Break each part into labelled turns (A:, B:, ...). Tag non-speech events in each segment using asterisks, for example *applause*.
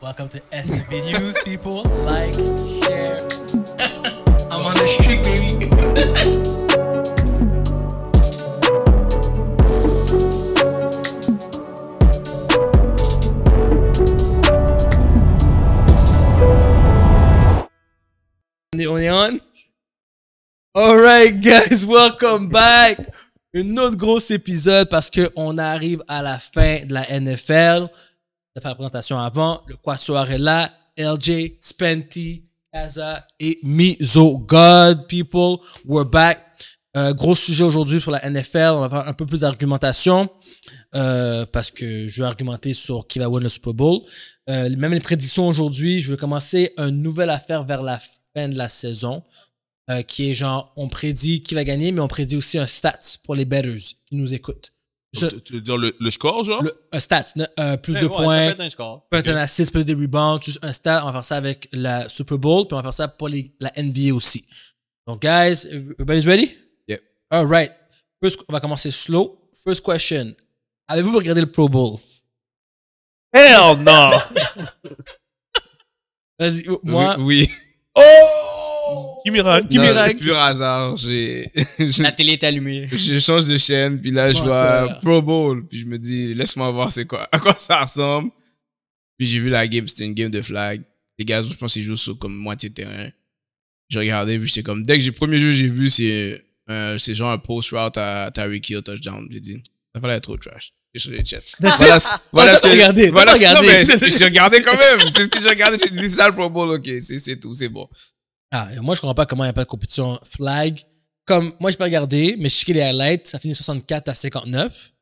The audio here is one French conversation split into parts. A: Welcome to SFB News, people. Like, share. *laughs* I'm on the street, baby.
B: On est, on est on? Alright, guys, welcome back! Une autre grosse épisode parce qu'on arrive à la fin de la NFL. On a fait la présentation avant. Le Quatuor est là. LJ, Spenty, Kaza et Mizo God, people. We're back. Euh, gros sujet aujourd'hui sur la NFL. On va faire un peu plus d'argumentation euh, parce que je vais argumenter sur qui va win le Super Bowl. Euh, même les prédictions aujourd'hui, je vais commencer une nouvelle affaire vers la fin de la saison euh, qui est genre, on prédit qui va gagner, mais on prédit aussi un stats pour les betters qui nous écoutent. Je-
C: Tu- Tu veux dire le, le score, genre?
B: le, un stats, ne- euh, plus
D: Ouais,
B: de
D: ouais,
B: points,
D: Ça peut être un score.
B: peut-être un assist, plus de rebounds, juste un stat. On va faire ça avec la Super Bowl, puis on va faire ça pour les- la NBA aussi. Donc, guys, everybody's ready?
D: Yep.
B: All right. First, on va commencer slow. First question. Avez-vous regardé le Pro Bowl?
D: Hell no!
E: *laughs*
B: Vas-y, moi, *laughs*
E: Oui.
C: Oh! Qui miracle?
B: Qui
E: Qui
B: miracle?
E: Pur hasard. J'ai. *laughs* je-
D: La télé est allumée.
E: Je change de chaîne, puis là, je
B: Oh,
E: vois
B: t'as-
E: Pro Bowl, puis je me dis, laisse-moi voir c'est quoi, à quoi ça ressemble. Puis j'ai vu la game, c'était une game de flag. Les gars, je pense qu'ils jouent sur comme moitié de terrain. J'ai regardé, puis j'étais comme, dès que j'ai premier jeu que j'ai vu, c'est euh, c'est genre un post route à Tyreek Hill touchdown. J'ai dit, ça va être trop trash. J'ai changé de chaîne.
B: *laughs*
E: Voilà, ce- voilà
B: T'as
E: ce que
B: regardé, t'as
E: voilà ce que- non,
B: regardé.
E: mais j'ai- j'ai regardé quand même. C'est ce que j'ai regardé. J'ai dit, ça le Pro Bowl, ok, c'est c'est tout, c'est bon.
B: ah, moi, je comprends pas comment il n'y a pas de compétition flag. Comme, moi, j'ai pas regardé, mais je sais que les highlights, ça finit 64 à 59. Je trouve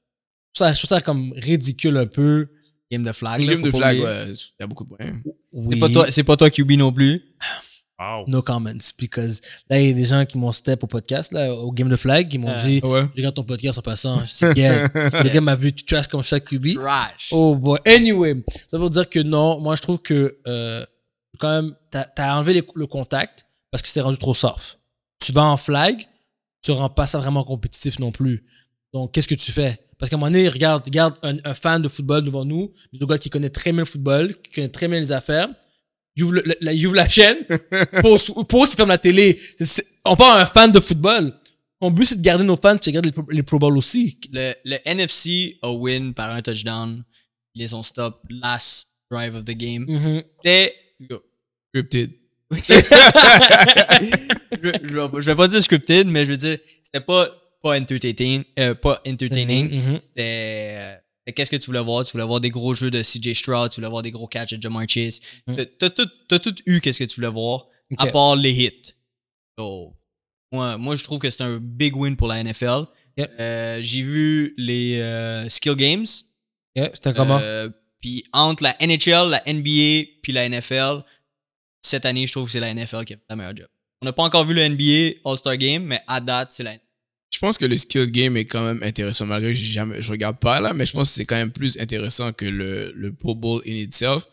B: ça, je trouve ça comme ridicule un peu.
D: Game de flag.
E: Une
D: là,
E: game
D: faut
E: de
D: pas
E: flag,
D: oublier.
E: ouais, il y a beaucoup de points.
B: Oui.
D: C'est pas toi- C'est pas toi QB non plus.
C: Wow.
B: no comments because là il y a des gens qui m'ont step au podcast là au game de flag qui m'ont
D: Ah.
B: dit
E: Ouais.
B: Je regarde ton podcast en passant je sais yeah. le gars m'a vu tu trash comme chaque cubi
D: Trash.
B: oh boy anyway ça veut dire que non moi je trouve que euh, quand même t'as as enlevé les- le contact parce que c'est rendu trop soft tu vas en flag tu rends pas ça vraiment compétitif non plus donc qu'est-ce que tu fais parce qu'à un moment donné, regarde, regarde un, un fan de football devant nous, un gars qui connaît très bien le football, qui connaît très bien les affaires, il ouvre, le- le- la, il ouvre la chaîne, pause, pause, c'est comme la télé. C'est- c'est- on parle à un fan de football. Mon but, c'est de garder nos fans, puis de garder les, Pro- les Pro Bowl aussi.
D: Le, le NFC a win par un touchdown. Ils les ont stop. Last drive of the game.
B: *laughs*
D: C'était-
E: Scripted.
D: je, je vais- je vais pas dire scripted, mais je veux dire, c'était pas, pas entertaining. euh, pas entertaining.
B: Mhm.
D: C'était. euh, c'était Qu'est-ce que tu voulais voir? Tu voulais voir des gros jeux de CJ Stroud, tu voulais voir des gros catchs de Jamar Chase.
E: Mm.
B: Mhm.
D: T'as- T'as tout, t'as tout eu, qu'est-ce que tu voulais voir,
B: Ok.
D: à part les hits. So, moi, moi, je trouve que c'est un big win pour la NFL.
B: Yep.
D: Euh, J'ai vu les euh, skill games.
B: Yeah, c'était comment?
D: Euh, puis entre la NHL, la NBA, puis la NFL, cette année, je trouve que c'est la NFL qui a fait la meilleure job. On n'a pas encore vu le NBA All-Star Game, mais à date, c'est la
E: Je pense que le skill game est quand même intéressant, malgré que j'ai jamais, je regarde pas là, mais je pense que c'est quand même plus intéressant que le, le Pro Bowl in itself.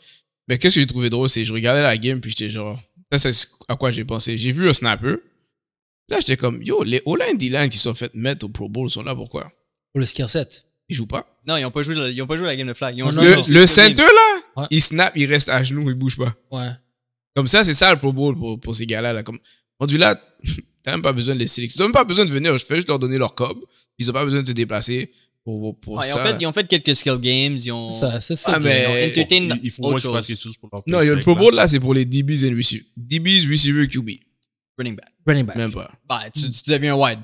E: Mais qu'est-ce que j'ai trouvé drôle, c'est que je regardais la game, puis j'étais genre, ça c'est ce à quoi j'ai pensé. J'ai vu un snapper, là j'étais comme, yo, les O-line D-line qui sont fait mettre au Pro Bowl sont là, pourquoi
B: Pour le skill set.
E: Ils jouent pas.
D: Non, ils n'ont pas, joué la- ils ont pas joué la game de flag. Ils ont
B: Non,
D: joué
E: Le,
D: la-
E: le center là,
B: Ouais.
E: il snap, il reste à genoux, il bouge pas.
B: Ouais.
E: Comme ça, c'est ça le Pro Bowl pour, pour ces gars-là. Là. Comme, rendu là, *laughs* t'as même pas besoin de les sélectionner. Ils ont même pas besoin de venir. Je fais juste leur donner leur cob. Ils ont pas besoin de se déplacer pour, pour, pour
D: Ah, ils, ont
E: ça.
D: fait, ils ont fait quelques skill games. Ils ont.
B: Ça, c'est ça.
E: Ah, mais-
D: Eh, ils ont entertain
C: Il faut au moins
D: autre
C: qu'ils fassent
D: chose.
C: quelque chose pour leur
E: Non, il y a le
C: public,
E: Pro
C: là.
E: Bowl là, c'est pour les DBs et receivers. DBs, receivers, QB.
D: Running back.
B: Running back.
E: Même pas.
D: Bah,
B: Hmm.
D: tu, tu deviens wide.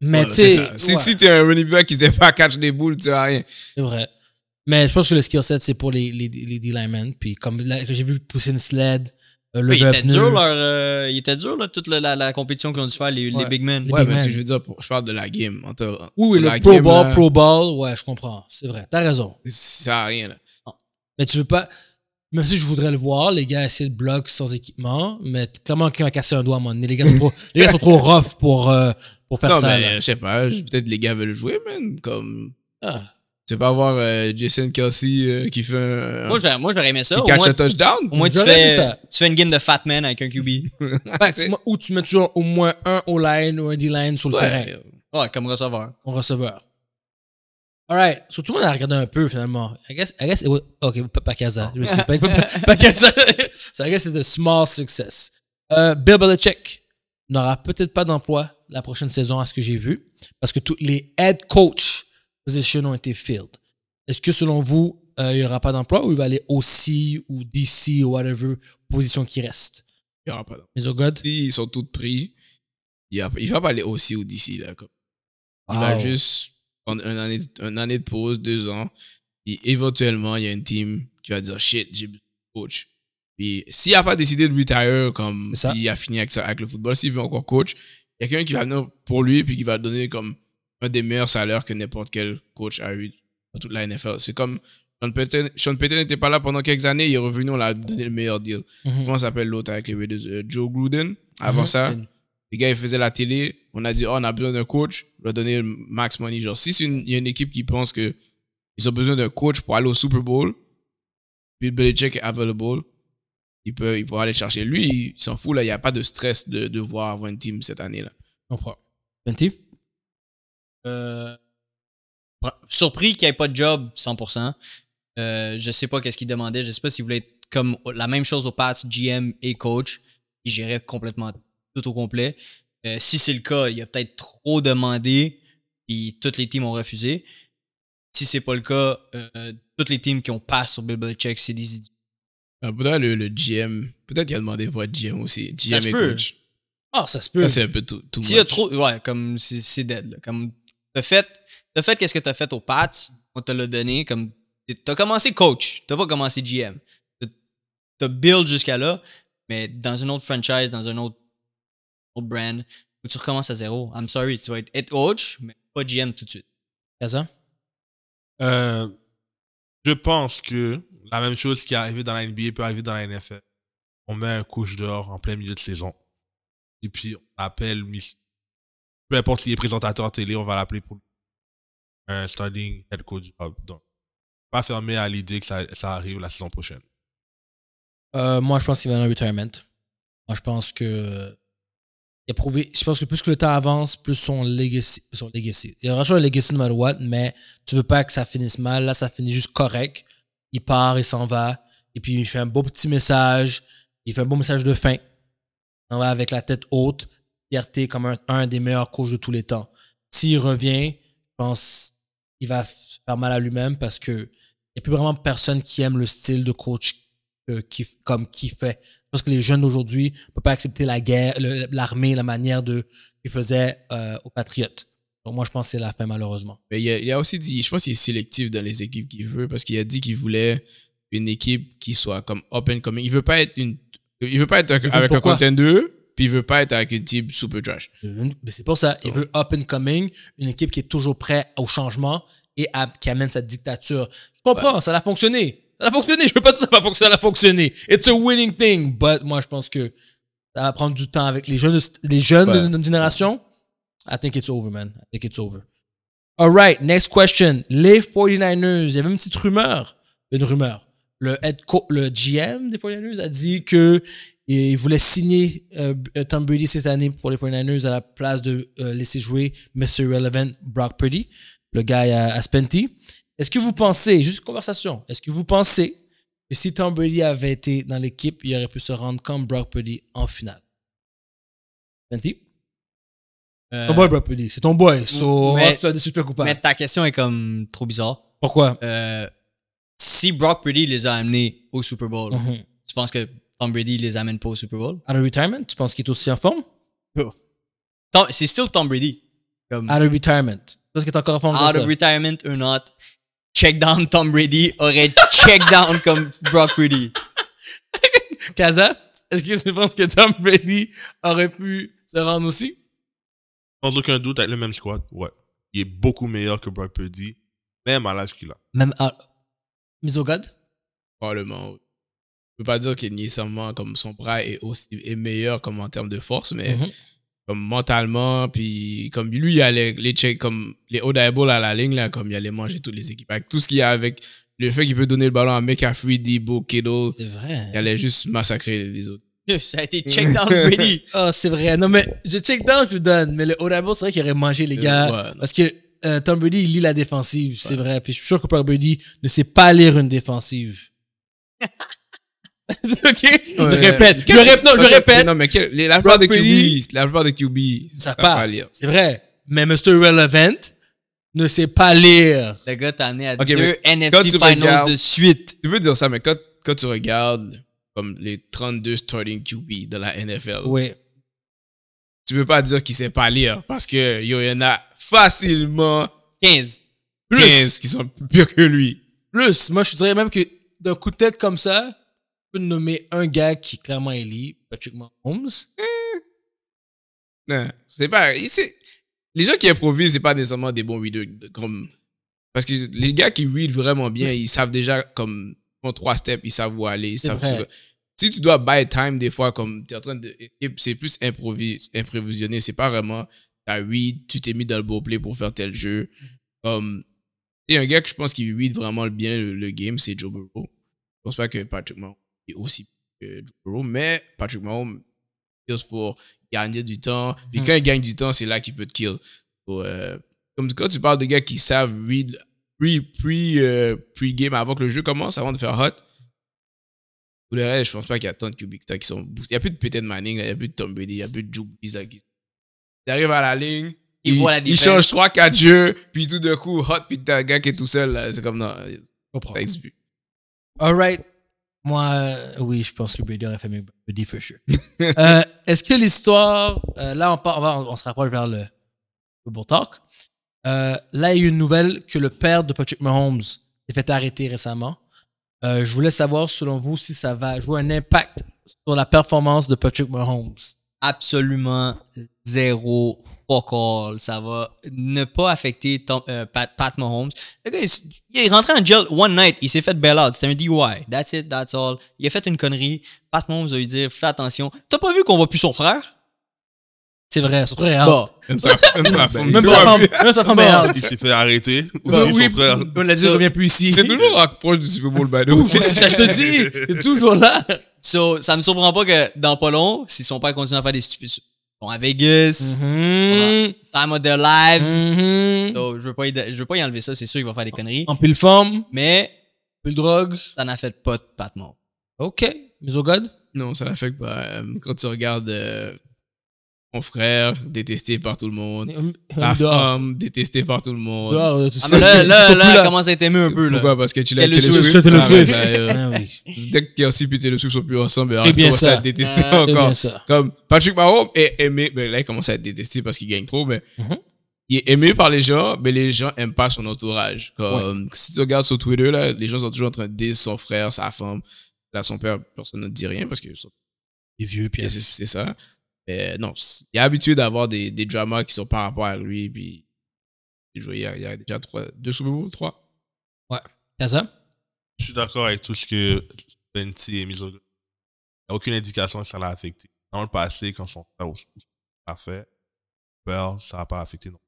B: Mais
E: Ouais,
B: tu
E: c'est
B: sais,
E: ça. Si,
B: ouais,
E: si t'es un running back qui sait pas catch des boules, tu as rien.
B: c'est vrai. Mais je pense que le skill set, c'est pour les, les, les D-linemen. Puis comme là, que j'ai vu pousser une sled, euh,
D: Oui,
B: lever
D: il
B: un
D: était
B: pneu.
D: dur, leur, euh, il était dur, là, toute la, la, la compétition qu'ils ont dû faire, les, les
B: Ouais.
D: big men.
B: Les
E: Ouais,
B: big
E: mais ce
B: man.
E: que je veux dire, pour- je parle de la game. En temps-
B: Oui, oui,
E: de
B: le
E: la
B: Pro
E: game,
B: Bowl,
E: là,
B: Pro Bowl. Ouais, je comprends. C'est vrai. T'as raison.
E: Ça a rien là.
B: Mais tu veux pas. Même si je voudrais le voir, les gars essaient de bloc sans équipement, mais t- comment quelqu'un a cassé un doigt à un moment donné? Les gars sont
E: *laughs*
B: trop, les gars sont trop rough pour, euh, pour faire
E: Non,
B: ça.
E: mais
B: là.
E: je sais pas. je- Peut-être les gars veulent jouer, man. Comme.
B: Ah.
E: Tu veux pas voir euh, Jason Kelsey euh, qui fait un.
D: Moi, j'aurais- moi, j'aurais aimé ça.
E: qui
D: Au
E: catch
D: moins,
E: un touchdown.
D: au moins, tu,
B: J'aurais aimé
D: fais,
B: ça.
D: tu fais une game de Fat Man avec un QB.
B: Fait que
E: *laughs*
B: c'est moi- ou tu mets toujours au moins un O-line ou un D-line sur le
E: Ouais.
B: terrain,
D: Ouais, comme receveur.
B: en receveur. Alright. So, tout le monde a regardé un peu, finalement. I guess, I guess it was, OK, pas Pacasa. Je
E: Ah.
B: m'excuse. Pas- pas- pas- Pacasa. *laughs* so, I guess it's a small success. Euh, Bill Belichick n'aura peut-être pas d'emploi la prochaine saison, à ce que j'ai vu, parce que tous les head coach positions ont été filled. Est-ce que, selon vous, euh, il n'y aura pas d'emploi ou il va aller OC ou DC ou whatever position qui reste?
E: Il y aura pas
B: Mais oh God?
E: Si ils sont tous pris, il, y a- il va pas aller aussi ou d'ici. Là, comme. Il va
B: Wow.
E: juste prendre une année, une année de pause, deux ans. Et éventuellement, il y a une team qui va dire shit, j'ai besoin de coach. Puis s'il a pas décidé de retire, comme
B: C'est ça.
E: il a fini avec, ça- avec le football, s'il veut encore coach, il y a quelqu'un qui va venir pour lui puis qui va donner comme un des meilleurs salaires que n'importe quel coach a eu dans toute la NFL. C'est comme Sean Payton Sean Payton n'était pas là pendant quelques années, il est revenu, on l'a donné le meilleur deal
B: Mhm.
E: comment s'appelle l'autre avec les Raiders Euh, Joe Gruden. Avant
B: Mhm.
E: ça, les gars, ils faisaient la télé. On a dit, oh, on a besoin d'un coach. On va donner le max money. Genre, si c'est une- il y a une équipe qui pense que ils ont besoin d'un coach pour aller au Super Bowl, puis Belichick est available, il peut, il peut aller chercher. Lui, il, s'en fout, là. Il n'y a pas de stress de de voir avoir une team cette année-là.
B: Je comprends. Venti?
D: Euh, pra- surpris qu'il n'y ait pas de job, 100%. Euh, je sais pas qu'est-ce qu'il demandait. Je sais pas s'il voulait être comme au- la même chose aux Pats, GM et coach. Il gérait complètement tout au complet. Euh, si c'est le cas, il a peut-être trop demandé et toutes les teams ont refusé. Si c'est pas le cas, euh, toutes les teams qui ont passé sur Bill Belichick, c'est des idiots.
E: Euh, Peut-être le, le GM, peut-être qu'il a demandé pour être GM aussi. GM
D: se
E: et
D: peut.
E: coach.
B: Ah, ça se peut.
E: Ça, c'est un peu tout. tout
D: S'il y a trop, ouais, comme c'est c'est dead. Là. Comme t'as fait, t'as fait qu'est-ce que t'as fait aux Pats, on te l'a donné. Comme t'as commencé coach, t'as pas commencé GM. T'as- T'as build jusqu'à là, mais dans une autre franchise, dans un autre, autre brand, où tu recommences à zéro. I'm sorry, tu vas être head coach, mais pas GM tout de suite.
B: Casa?
C: Euh, je pense que la même chose qui est arrivée dans la NBA peut arriver dans la NFL. On met un coach dehors en plein milieu de saison. Et puis, on appelle, mis- peu importe s'il est présentateur télé, on va l'appeler pour un starting head coach job. Donc, pas fermé à l'idée que ça, ça arrive la saison prochaine.
B: Euh, moi, je pense qu'il va dans un retirement. Moi, je pense que. Il a prouvé. Je pense que plus que le temps avance, plus son legacy. Son legacy. Il aura toujours un legacy no matter what, mais tu veux pas que ça finisse mal. Là, ça finit juste correct. Il part, il s'en va. Et puis, il fait un beau petit message. Il fait un beau message de fin. On va avec la tête haute, fierté comme un, un des meilleurs coachs de tous les temps. S'il revient, je pense qu'il va f- faire mal à lui-même parce que il n'y a plus vraiment personne qui aime le style de coach euh, qui, comme qui fait. Je pense que les jeunes d'aujourd'hui ne peuvent pas accepter la guerre, le- l'armée, la manière de qu'ils faisaient euh, aux patriotes. Donc moi, je pense que c'est la fin, malheureusement.
E: Mais il a, il a aussi dit, je pense qu'il est sélectif dans les équipes qu'il veut parce qu'il a dit qu'il voulait une équipe qui soit comme open coming. Il veut pas être une, il veut pas être avec, avec un
B: pourquoi?
E: contender, puis il veut pas être avec une team super trash.
B: Mais ben, c'est pour ça. Il veut up and coming, une équipe qui est toujours prête au changement et à- qui amène sa dictature. Je comprends, ça a fonctionné. Ça a fonctionné. Je veux pas dire ça va fonctionner, ça a fonctionné. It's a winning thing. But moi, je pense que ça va prendre du temps avec les jeunes, de- les jeunes de
E: Ouais.
B: notre génération. I think it's over, man. I think it's over. All right, next question. Les 49ers, il y avait une petite rumeur. Une rumeur. Le, head co- le GM des 49ers a dit que et il voulait signer euh, euh, Tom Brady cette année pour les 49ers à la place de euh, laisser jouer Mr. Relevant Brock Purdy, le gars à, à Spenty. Est-ce que vous pensez, juste conversation, est-ce que vous pensez que si Tom Brady avait été dans l'équipe, il aurait pu se rendre comme Brock Purdy en finale? Spenty?
D: Euh,
B: Ton boy, Brock Purdy. C'est ton boy. So,
D: mais-
B: oh, tu as des super coupables.
D: mais ta question est comme trop bizarre.
B: Pourquoi?
D: Euh, si Brock Purdy les a amenés au Super Bowl,
B: Mhm.
D: tu penses que Tom Brady les amène pas au Super Bowl?
B: Out of retirement? Tu penses qu'il est aussi en forme?
D: Tom- C'est still Tom Brady. Comme,
B: Out of retirement. Tu penses qu'il est encore en forme? comme
D: out
B: ça?
D: of retirement or not, check down Tom Brady aurait check down comme Brock Purdy.
B: Kaza, est-ce que tu penses que Tom Brady aurait pu se rendre aussi?
C: Sans aucun doute, avec le même squad, ouais. Il est beaucoup meilleur que Brock Purdy, même à l'âge qu'il a.
B: Même à... Mise au God?
E: Probablement. oui. Je peux pas dire qu'il est nécessairement comme son bras est aussi, est meilleur comme en termes de force, mais
B: Mhm.
E: comme mentalement, puis comme lui, il y a les, les check, comme les Odaiballs à la ligne, là, comme il allait manger toutes les équipes. Avec tout ce qu'il y a avec le fait qu'il peut donner le ballon à McCaffrey, Debo, Kittle,
B: C'est vrai.
E: il allait juste massacrer les autres.
D: Ça a été check down Brady.
B: Ah, c'est vrai. Non, mais je check down, je vous donne. Mais le Odabo, c'est vrai qu'il aurait mangé les
E: Euh,
B: gars.
E: ouais, non.
B: parce que euh, Tom Brady, il lit la défensive, c'est vrai. Puis je suis sûr que Tom Brady ne sait pas lire une *laughs* défensive. ok? Je le
E: Ouais.
B: répète. Je le répète. Non, je le répète.
E: Non, mais quel- les- la plupart des
B: Brady.
E: QB, la plupart des QB,
B: Ça
E: savent
B: part.
E: lire.
B: C'est vrai. Mais Mr. Relevant ne sait pas lire.
D: *laughs* Le gars t'a amené à
E: Ok,
D: deux
E: mais quand
D: NFC
E: tu
D: Finals
E: regardes-
D: de suite.
E: Tu peux dire ça, mais quand, quand tu regardes comme les 32 starting QB de la NFL,
B: Oui.
E: tu peux pas dire qu'il sait pas lire parce que yo, il y en a facilement
D: 15.
E: 15 qui sont pires que lui.
B: Plus, moi, je dirais même que d'un coup de tête comme ça, tu peux nommer un gars qui clairement est lit, Patrick Mahomes.
E: Non, c'est pas. il- c'est- les gens qui improvisent, c'est pas nécessairement des bons readers. de- Comme, parce que les gars qui read vraiment bien, ils savent déjà comme font trois steps, ils savent où aller. Ils
B: C'est
E: savent
B: vrai.
E: si tu dois buy time des fois, comme t'es en train de. et C'est plus improvis, improvisionné. C'est pas vraiment t'as read, tu t'es mis dans le beau play pour faire tel jeu. Comme. Et un gars que je pense qui read vraiment bien le, le game, c'est Joe Burrow. Je pense pas que Patrick Mahomes est aussi que Joe Burrow, mais Patrick Mahomes, il est pour gagner du temps. Puis
B: Mm-hmm.
E: quand il gagne du temps, c'est là qu'il peut te kill. So, euh, comme quand tu parles de gars qui savent read pre, pre, euh, pre-game avant que le jeu commence, avant de faire hot. Pour le reste, je pense pas qu'il y a tant de QB que ça qui sont boostés. Il n'y a plus de Peyton Manning, là, il n'y a plus de Tom Brady, il n'y a plus de Joe Brees, là, qui- Ils arrivent à la ligne,
D: Ils voient la
E: ils
D: défaite.
E: changent 3-4 jeux, puis tout d'un coup, hot, puis t'as un gars qui est tout seul. là, C'est comme, non,
B: Je comprends.
E: ça existe plus.
B: Alright. Moi, euh, oui, je pense que Brady aurait fait mieux. que Brady for sure. *laughs* Euh, Est-ce que l'histoire. euh, là, on, part- on, va- on se rapproche vers le, le Bull Talk. Euh, là, il y a eu une nouvelle que le père de Patrick Mahomes s'est fait arrêter récemment. Euh, je voulais savoir, selon vous, si ça va jouer un impact sur la performance de Patrick Mahomes.
D: Absolument zéro fuck all. Ça va ne pas affecter Tom- euh, Pat, Pat Mahomes. Le gars, il, s- il est rentré en jail one night. Il s'est fait bail out. C'était un DUI. That's it, that's all. Il a fait une connerie. Pat Mahomes a lui dire, fais attention. T'as pas vu qu'on voit plus son frère?
B: C'est vrai, c'est vrai. hein.
D: Bah.
E: Même ça,
B: *laughs*
E: même ça,
B: Même ça semble, même ça semble
E: Ah,
B: bien.
C: Il s'est fait arrêter.
B: Bah
C: Aussi,
B: oui,
C: son frère.
B: on l'a dit, on revient plus ici.
E: C'est toujours proche du Super
B: *laughs*
E: Bowl, by the
B: Ouais,
E: way.
B: ça, *laughs* je te dis, c'est toujours là.
D: So, ça me surprend pas que dans pas long, si son père continue à faire des stupides. Ils sont à Vegas,
E: Mm-hmm.
B: Mhm.
D: time of their lives.
B: Mhm.
D: So, je veux pas y, je veux pas y enlever ça. C'est sûr qu'il va faire des conneries.
B: En pile forme,
D: Mais
B: pile drogue.
D: ça n'affecte pas Pat Mahomes.
B: OK. Mise au God.
E: Non, ça l'affecte pas. Euh, Quand tu regardes euh, mon frère, détesté par tout le monde, ta
B: Euh, Dehors.
E: femme, détestée par tout le monde.
B: Dehors, euh, tout
D: Ah,
B: ça.
D: mais là, là, là,
B: Populaire.
D: commence à être ému un peu, là.
E: Pourquoi Parce que tu l'as
D: Taylor
E: Taylor
D: Swift.
E: Swift.
B: Taylor
E: Ah,
B: Swift.
E: ouais,
B: *laughs*
E: bah, euh,
B: Ah oui.
E: Dès que Kelsey et Taylor Swift sont plus ensemble,
B: C'est
E: alors, ils
B: bien
E: commencent
B: ça.
E: à être détestés
B: Ah, c'est bien
E: encore.
B: ça.
E: Comme Patrick Mahomes est aimé, mais là, il commence à être détesté parce qu'il gagne trop, mais
B: Mhm.
E: il est aimé par les gens, mais les gens aiment pas son entourage. Comme, si tu regardes sur Twitter, là, les gens sont toujours en train de dire son frère, sa femme, là, son père, personne ne dit rien parce que son
B: Il est vieux, puis
E: Puis c'est- c'est ça. Mais non, c'est- il est habitué d'avoir des, des dramas qui sont par rapport à lui. Puis il jouait- il y a, il y a déjà trois, deux Super Bowl, trois.
B: Qu'est-ce que ça?
C: Je suis d'accord avec tout ce que Fenty et mis au- Il n'y a aucune indication que ça l'a affecté. Dans le passé, quand son frère aussi l'a fait, peur, ça va pas l'affecter. non.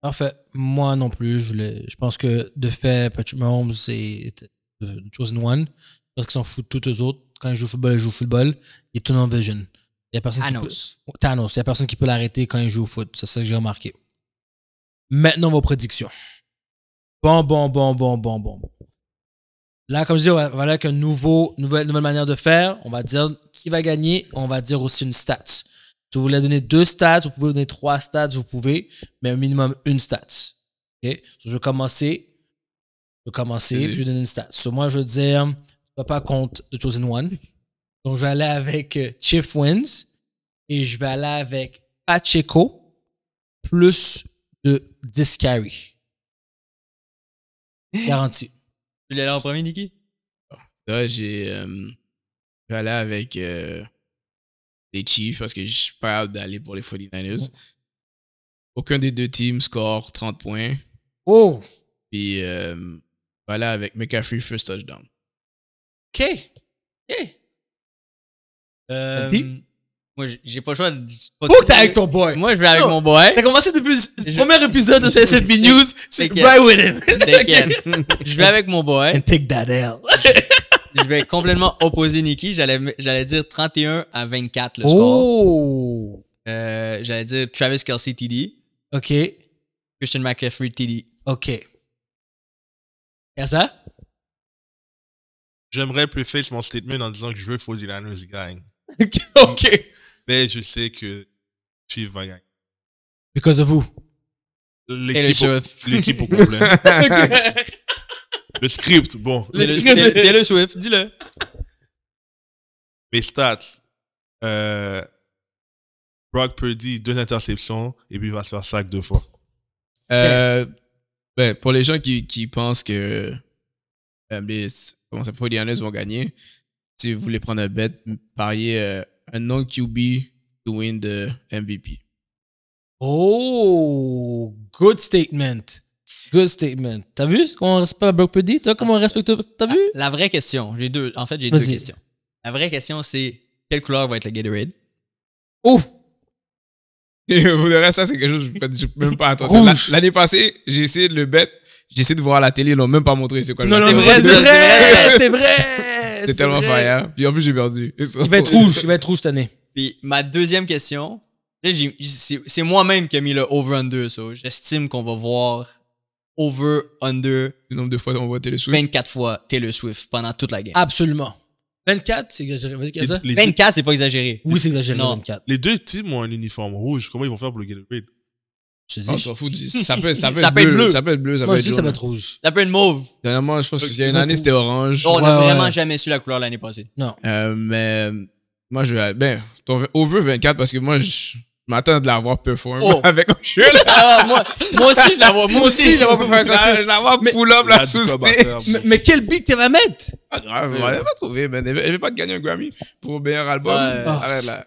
B: Parfait. Moi non plus. Je, l'ai- je pense que de fait, Patrick Mahomes, c'est euh, chosen one. Parce qu'ils s'en foutent tous eux autres. Quand ils jouent au football, ils jouent au football. Il est tout non vision. Il y a personne qui peut-
D: Thanos.
B: Thanos. Il n'y a personne qui peut l'arrêter quand il joue au foot. C'est ça que j'ai remarqué. Maintenant, vos prédictions. Bon, bon, bon, bon, bon, bon. bon. Là, comme je dis, on va on va aller avec une nouvelle, nouvelle manière de faire. On va dire qui va gagner. On va dire aussi une stat. Si vous voulez donner deux stats, vous pouvez donner trois stats, vous pouvez, mais au minimum une stat. OK? So, je vais commencer. Je vais commencer,
E: Vas-y.
B: puis je vais donner une stat. So, moi, je veux dire, je ne pas compte The Chosen One. Donc, je vais aller avec euh, Chief Wins et je vais aller avec Pacheco plus de 10 carry. Garanti.
D: Tu l'as là en premier, Nicky?
E: Là, j'ai. euh, je vais aller avec euh, les Chiefs parce que je suis pas hâte d'aller pour les 49ers. Aucun des deux teams score 30 points.
B: Oh,
E: Puis euh, je vais aller avec McCaffrey, first touchdown.
B: OK. OK.
D: Euh,
B: Nicky?
D: moi, j'ai- j'ai pas le choix de. pas de-
B: Faut que t'ailles avec ton boy.
D: Moi, je vais avec
B: Non.
D: mon boy.
B: T'as commencé depuis le
D: Je-
B: premier épisode de
D: *laughs*
B: SFP News. C'est
D: T'inquiète.
B: right with him.
D: *laughs*
B: *laughs*
D: T'inquiète. Je vais avec mon
B: And
D: *laughs* boy.
B: take that L.
D: Je vais complètement opposer Nicky. J'allais j'allais dire 31 à 24 le score.
B: Oh.
D: Euh, J'allais dire Travis Kelsey TD.
B: OK.
D: Christian McCaffrey, TD.
B: OK. Gaza?
C: J'aimerais préface mon statement en disant que je veux que 49ers gagne.
B: *laughs* OK.
C: Mais je sais que Chiefs va gagner.
B: Because of *laughs* vous.
D: Taylor
C: L'équipe
D: Swift. *laughs*
C: au- L'équipe au problème. Le script, bon.
B: Le
D: Taylor-
B: script est-
D: Taylor Swift, dis-le.
C: Mes stats. Euh, Brock Purdy, deux interceptions, et puis il va se faire sac deux fois.
E: Euh, ben, pour les gens qui, qui pensent que euh, les, comment ça, 49ers vont gagner, si vous voulez prendre un bet, pariez euh, un non-QB to win the MVP.
B: Oh, good statement. Good statement. T'as vu comment on respecte pas Brock Purdy? T'as comment on respecte. T'as vu?
D: La vraie question, j'ai deux. En fait, j'ai deux
B: Vas-y.
D: questions. La vraie question, c'est quelle couleur va être le Gatorade?
B: Oh!
E: Et *laughs* Pour le reste, ça, c'est quelque chose que je ne fais même pas attention. La- L'année passée, j'ai essayé de le bet, j'ai essayé de voir à la télé, ils l'ont même pas montré. C'est quoi le
D: non,
E: bet.
D: non, vrai,
B: c'est
D: c'est
B: vrai!
D: vrai.
B: C'est vrai!
E: C'est tellement
B: vrai.
E: fire. hein. Puis en plus, j'ai perdu.
B: Il va être rouge, il va être rouge cette année.
D: Puis ma deuxième question, là, j'ai- c'est c'est moi-même qui ai mis le over-under, so j'estime qu'on va voir over-under
E: *laughs* Le nombre de fois qu'on voit Taylor Swift.
D: 24 fois Taylor Swift pendant toute la game.
B: Absolument. 24, c'est exagéré. Vas-y,
C: Les,
B: Gaza.
C: les deux,
D: 24, c'est pas exagéré.
B: Oui, c'est exagéré,
D: Non.
B: 24.
C: les deux teams ont un uniforme rouge. Comment ils vont faire pour le Gatorade?
D: Je te
E: On
D: dis.
E: s'en fout. Ça
D: *laughs*
E: peut, ça peut,
D: Ça
E: être,
D: peut être
E: bleu,
D: bleu.
E: Ça peut être bleu. Ça
B: Moi,
E: peut
B: je
E: être
B: dis que ça
E: jaune.
B: va être rouge.
D: Ça peut être mauve.
E: Dernièrement, je pense qu'il y a une année, c'était orange.
D: On n'a
B: Ouais,
D: vraiment
B: ouais.
D: jamais su la couleur l'année passée.
E: Euh, mais euh, moi, je vais. Ben, ton, au vœu 24, parce que moi, je m'attends de l'avoir perform
D: Oh.
E: avec *laughs* un chien. là.
D: Ah, moi, moi aussi, je la vois. Moi aussi, je la vois.
E: Je vais l'avoir pull up, la
C: Là, du
E: société.
C: commentaire,
B: Mais,
C: bon.
B: mais quel beat tu vas mettre?
E: Pas grave, on l'avait pas trouvé, man. Elle avait pas de gagner un Grammy pour meilleur album.
D: Ouais.
E: Arrête là.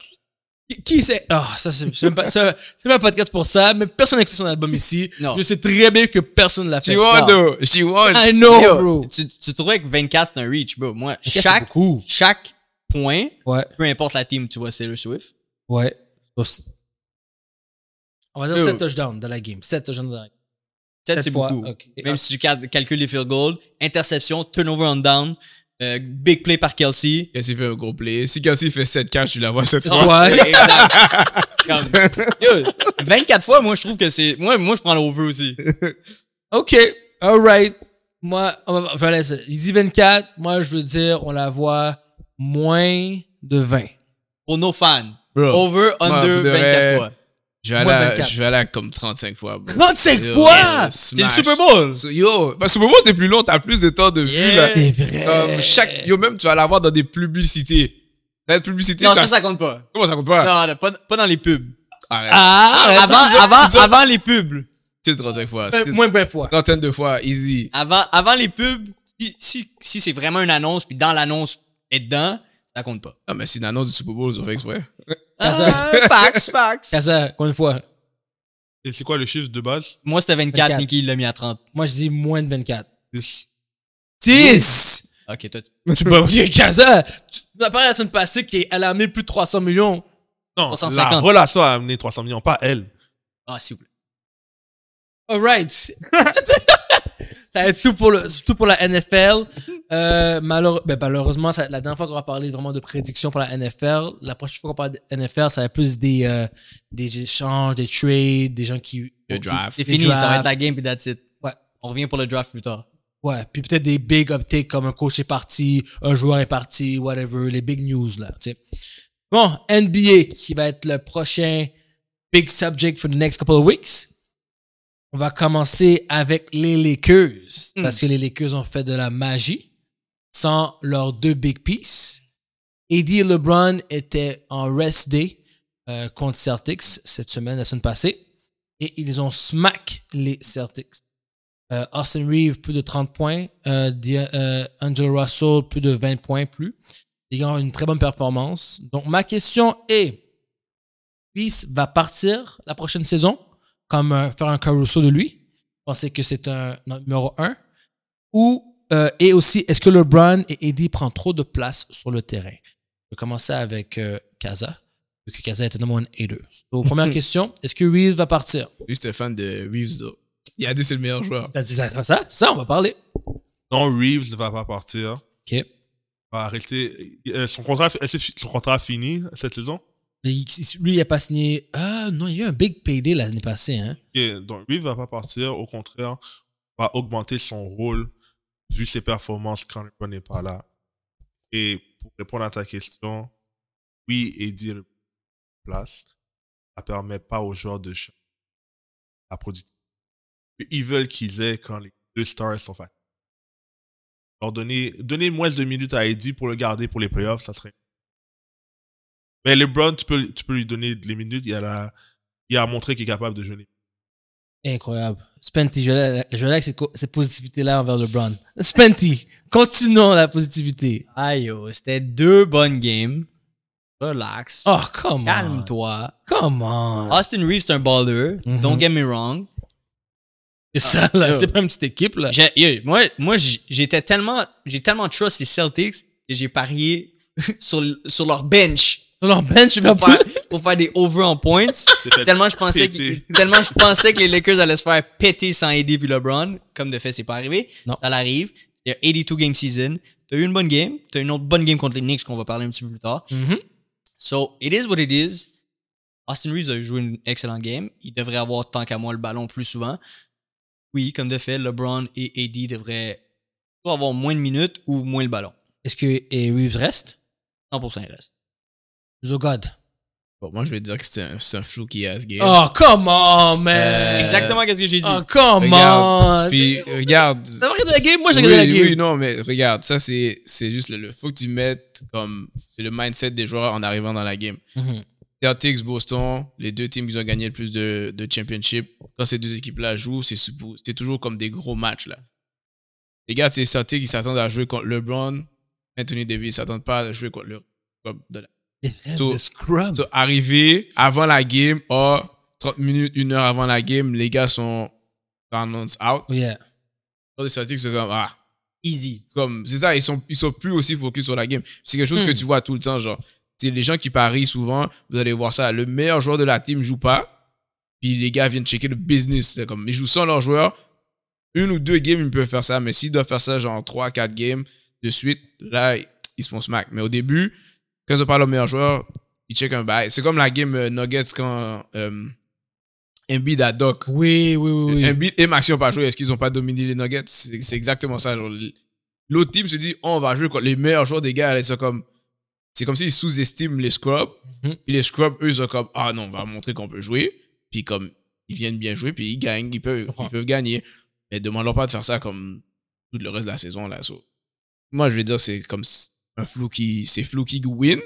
B: Qui- Qui c'est? Ah, ça, c'est c'est même pas, ça, c'est même un podcast pour ça, mais personne n'a écouté son album ici.
D: Non.
B: Je sais très bien que personne l'a fait.
E: She won, though. She won.
B: I know,
D: Yo,
B: bro.
D: Tu, tu trouvais que 24, c'est un reach, bro. Moi,
B: C'est
D: chaque,
B: beaucoup.
D: chaque point,
B: Ouais,
D: peu importe la team, tu vois Taylor Swift.
B: ouais. On va dire
E: Yo.
B: 7 touchdowns dans la game. 7 touchdowns dans la game.
D: Ça,
B: Sept
D: c'est
B: fois,
D: beaucoup.
B: ok. ah.
D: Même si tu cal- calcules les field goals, interception, turnover on down, euh, big play par Kelsey.
E: Kelsey fait un gros play. Si Kelsey fait 7 cash, tu la vois cette fois.
B: Ouais.
D: Exact. Comme, yo, 24 fois, moi, je trouve que c'est. Moi, moi, je prends l'over aussi.
B: OK. All right. Moi, on va, on va laisser. Il dit 24. Moi, je veux dire, on la voit moins de 20.
D: Pour nos fans.
E: Bro,
D: Over, under,
E: de
D: 24
E: vrai.
D: fois.
E: je vais, aller,
B: moi,
E: à-
B: 24.
E: je vais aller à comme 35 fois. bro.
B: 35
E: Yo,
B: fois!
E: smash.
D: C'est le Super Bowl.
E: So, Yo, parce que le moment c'était plus long, t'as plus de temps de vue là.
D: Yeah.
B: C'est vrai.
E: Comme chaque, yo même tu vas l'avoir dans des publicités. Dans les publicités,
D: Non,
E: ça, Ah.
D: ça, ça compte pas.
E: comment ça compte pas
D: Non, non, pas, pas dans les pubs.
E: Arrête.
B: Ah!
D: avant, avant, avant les pubs.
E: C'est 35 fois,
B: euh,
E: c'est
B: moins de 20 fois.
E: trentaine de fois, easy.
D: Avant, avant les pubs, si, si, si c'est vraiment une annonce, puis dans l'annonce, et dedans, ça compte pas.
E: Ah mais c'est une annonce du Super Bowl, ils ont fait exprès.
D: Ah, fax, fax.
B: Kaza, combien de fois?
C: Et c'est quoi le chiffre de base?
D: Moi, c'était 24,
B: 24.
D: Nicky, il l'a mis à 30.
B: Moi, je dis moins de *laughs* 24.
C: Six.
B: 10!
D: Ok, toi, tu-
B: Tu peux dire Kaza! Tu tu as parlé la semaine passée qu'elle a amené plus de 300 millions.
C: Non,
D: 350.
C: la relation a amené 300 millions, pas elle.
D: Ah, s'il vous plaît.
B: *laughs* Alright. ça va être tout pour, le, tout pour la NFL. Euh, malheure- ben, malheureusement, ça, la dernière fois qu'on va parler vraiment de prédictions pour la NFL, la prochaine fois qu'on parle de NFL, ça va être plus des, euh, des échanges, des trades, des gens qui.
E: Le
B: qui-
E: draft.
D: C'est
B: Les
D: fini, ça va
B: drafts.
D: être la game, puis that's it.
B: Ouais.
D: On revient pour le draft plus tard.
B: Ouais, puis peut-être des big updates comme un coach est parti, un joueur est parti, whatever, les big news là, tu sais. Bon, NBA qui va être le prochain big subject for the next couple of weeks. On va commencer avec les Lakers
D: Hmm.
B: parce que les Lakers ont fait de la magie sans leurs deux big pieces. AD et LeBron étaient en rest day euh, contre Celtics cette semaine, la semaine passée, et ils ont smack les Celtics. Euh, Austin Reeves, plus de 30 points. Euh, Dia- euh, Angelo Russell, plus de 20 points plus. Ils ont une très bonne performance. Donc, ma question est, Peace va partir la prochaine saison, comme euh, faire un Caruso de lui. Pensez que c'est un numéro 1. Ou, euh, et aussi, est-ce que LeBron et Eddie prend trop de place sur le terrain? Je vais commencer avec euh, Kaza, vu que Kaza est un numéro 1 et 2. Donc, *laughs* première question, est-ce que Reeves va partir?
E: Lui c'était fan de Reeves though. Il a dit c'est le meilleur joueur.
B: T'as dit ça, ça, ça, on va parler.
C: Non, Reeves ne va pas partir.
B: OK.
C: Va rester. euh, son contrat, est-ce que son contrat fini cette saison?
B: Mais il- Lui, il a pas signé. Ah, non, il y a eu un big payday l'année passée, hein.
C: Et donc, lui, il va pas partir. Au contraire, va augmenter son rôle vu ses performances quand LeBron n'est pas là. Et pour répondre à ta question, oui, et dire place, ça permet pas aux joueurs de changer la productivité. Ils veulent qu'ils aient quand les deux stars sont fatigués. Leur donner, donner moins de minutes à Eddie pour le garder pour les playoffs, ça serait. Mais LeBron, tu peux, tu peux lui donner les minutes. Il a, la- il a montré qu'il est capable de jouer les
B: Incroyable. Spenty, je l'ai je l'ai avec cette, co- cette positivité-là envers LeBron. Spenty, continuons la positivité.
D: Aïe, yo, c'était deux bonnes games. Relax.
B: Oh, come on.
D: Calme-toi.
B: Come on.
E: Ah,
D: Austin Reeves, c'est un baller.
B: Mhm.
D: Don't get me wrong.
B: c'est ça, là.
D: Yo.
B: C'est pas une petite équipe, là.
D: J'ai- yo, moi, moi j'- j'étais tellement, j'ai tellement trust les Celtics que j'ai parié *laughs* sur, l- sur leur bench
B: Sur leur bench, je vais
D: pour
B: pas.
D: faire, pour faire des over en points.
B: *laughs*
C: fait
D: *laughs* tellement je pensais
C: péter.
D: que, tellement je pensais que les Lakers allaient se faire péter sans AD puis LeBron. Comme de fait, c'est pas arrivé.
B: Non.
D: Ça l'arrive. Il y a 82 game season. T'as eu une bonne game. T'as eu une autre bonne game contre les Knicks qu'on va parler un petit peu plus tard.
B: Mhm.
D: So, it is what it is. Austin Reeves a joué une excellente game. Il devrait avoir tant qu'à moi le ballon plus souvent. Oui, comme de fait, LeBron et AD devraient soit avoir moins de minutes ou moins le ballon.
B: Est-ce que et Reeves reste?
D: 100% il reste.
B: The God.
E: Bon, moi, je vais dire que c'est un, c'est un flou qui a ce game.
B: Oh, come on, man.
E: Euh,
D: Exactement ce que j'ai dit.
B: Oh, come on.
E: Regarde, puis,
B: C'est-
E: regarde.
B: T'as regardé la game? Moi, j'ai regardé
E: Oui,
B: la game.
E: Oui, non, mais regarde, ça, c'est c'est juste le, le- Faut que tu mettes comme. C'est le mindset des joueurs en arrivant dans la game.
B: Mhm.
E: Celtics, Boston, les deux teams qui ont gagné le plus de, de championship. Quand ces deux équipes-là jouent, c'est suppo- c'est toujours comme des gros matchs, là. Les gars, c'est Celtics, ils s'attendent à jouer contre LeBron, Anthony Davis, ils s'attendent pas à jouer contre le. comme de la-
B: It has
E: So-
B: the scrub.
E: So, arrivé avant la game, oh, 30 minutes, une heure avant la game, les gars sont announced out.
B: Yeah.
E: Quand les Celtics sont comme, ah,
D: Easy.
E: comme c'est ça ils sont ils sont plus aussi focus sur la game c'est quelque chose que tu vois tout le temps genre c'est les gens qui parient souvent vous allez voir ça le meilleur joueur de la team joue pas puis les gars viennent checker le business là, comme ils jouent sans leur joueur une ou deux games ils peuvent faire ça mais s'ils doivent faire ça genre trois quatre games de suite là ils se font smack mais au début quand ils ont pas leur meilleur joueur ils checkent un bail c'est comme la game euh, Nuggets quand euh, Embiid à Doc
B: Oui, oui, oui, oui.
E: un beat et Maxi ont pas joué. Est-ce qu'ils ont pas dominé les Nuggets C'est c'est exactement ça. genre, L'autre team se dit, Oh, on va jouer contre les meilleurs joueurs des gars. Ils sont comme, c'est comme s'ils sous-estiment les scrubs.
B: Mhm.
E: Puis les scrubs, eux, ils sont comme, ah non, on va montrer qu'on peut jouer. Puis comme, ils viennent bien jouer, puis ils gagnent, ils peuvent,
B: comprends.
E: ils peuvent gagner. Mais demande-leur pas de faire ça comme tout le reste de la saison. Là. So, moi, je vais dire, c'est comme un flou qui, c'est flou qui win.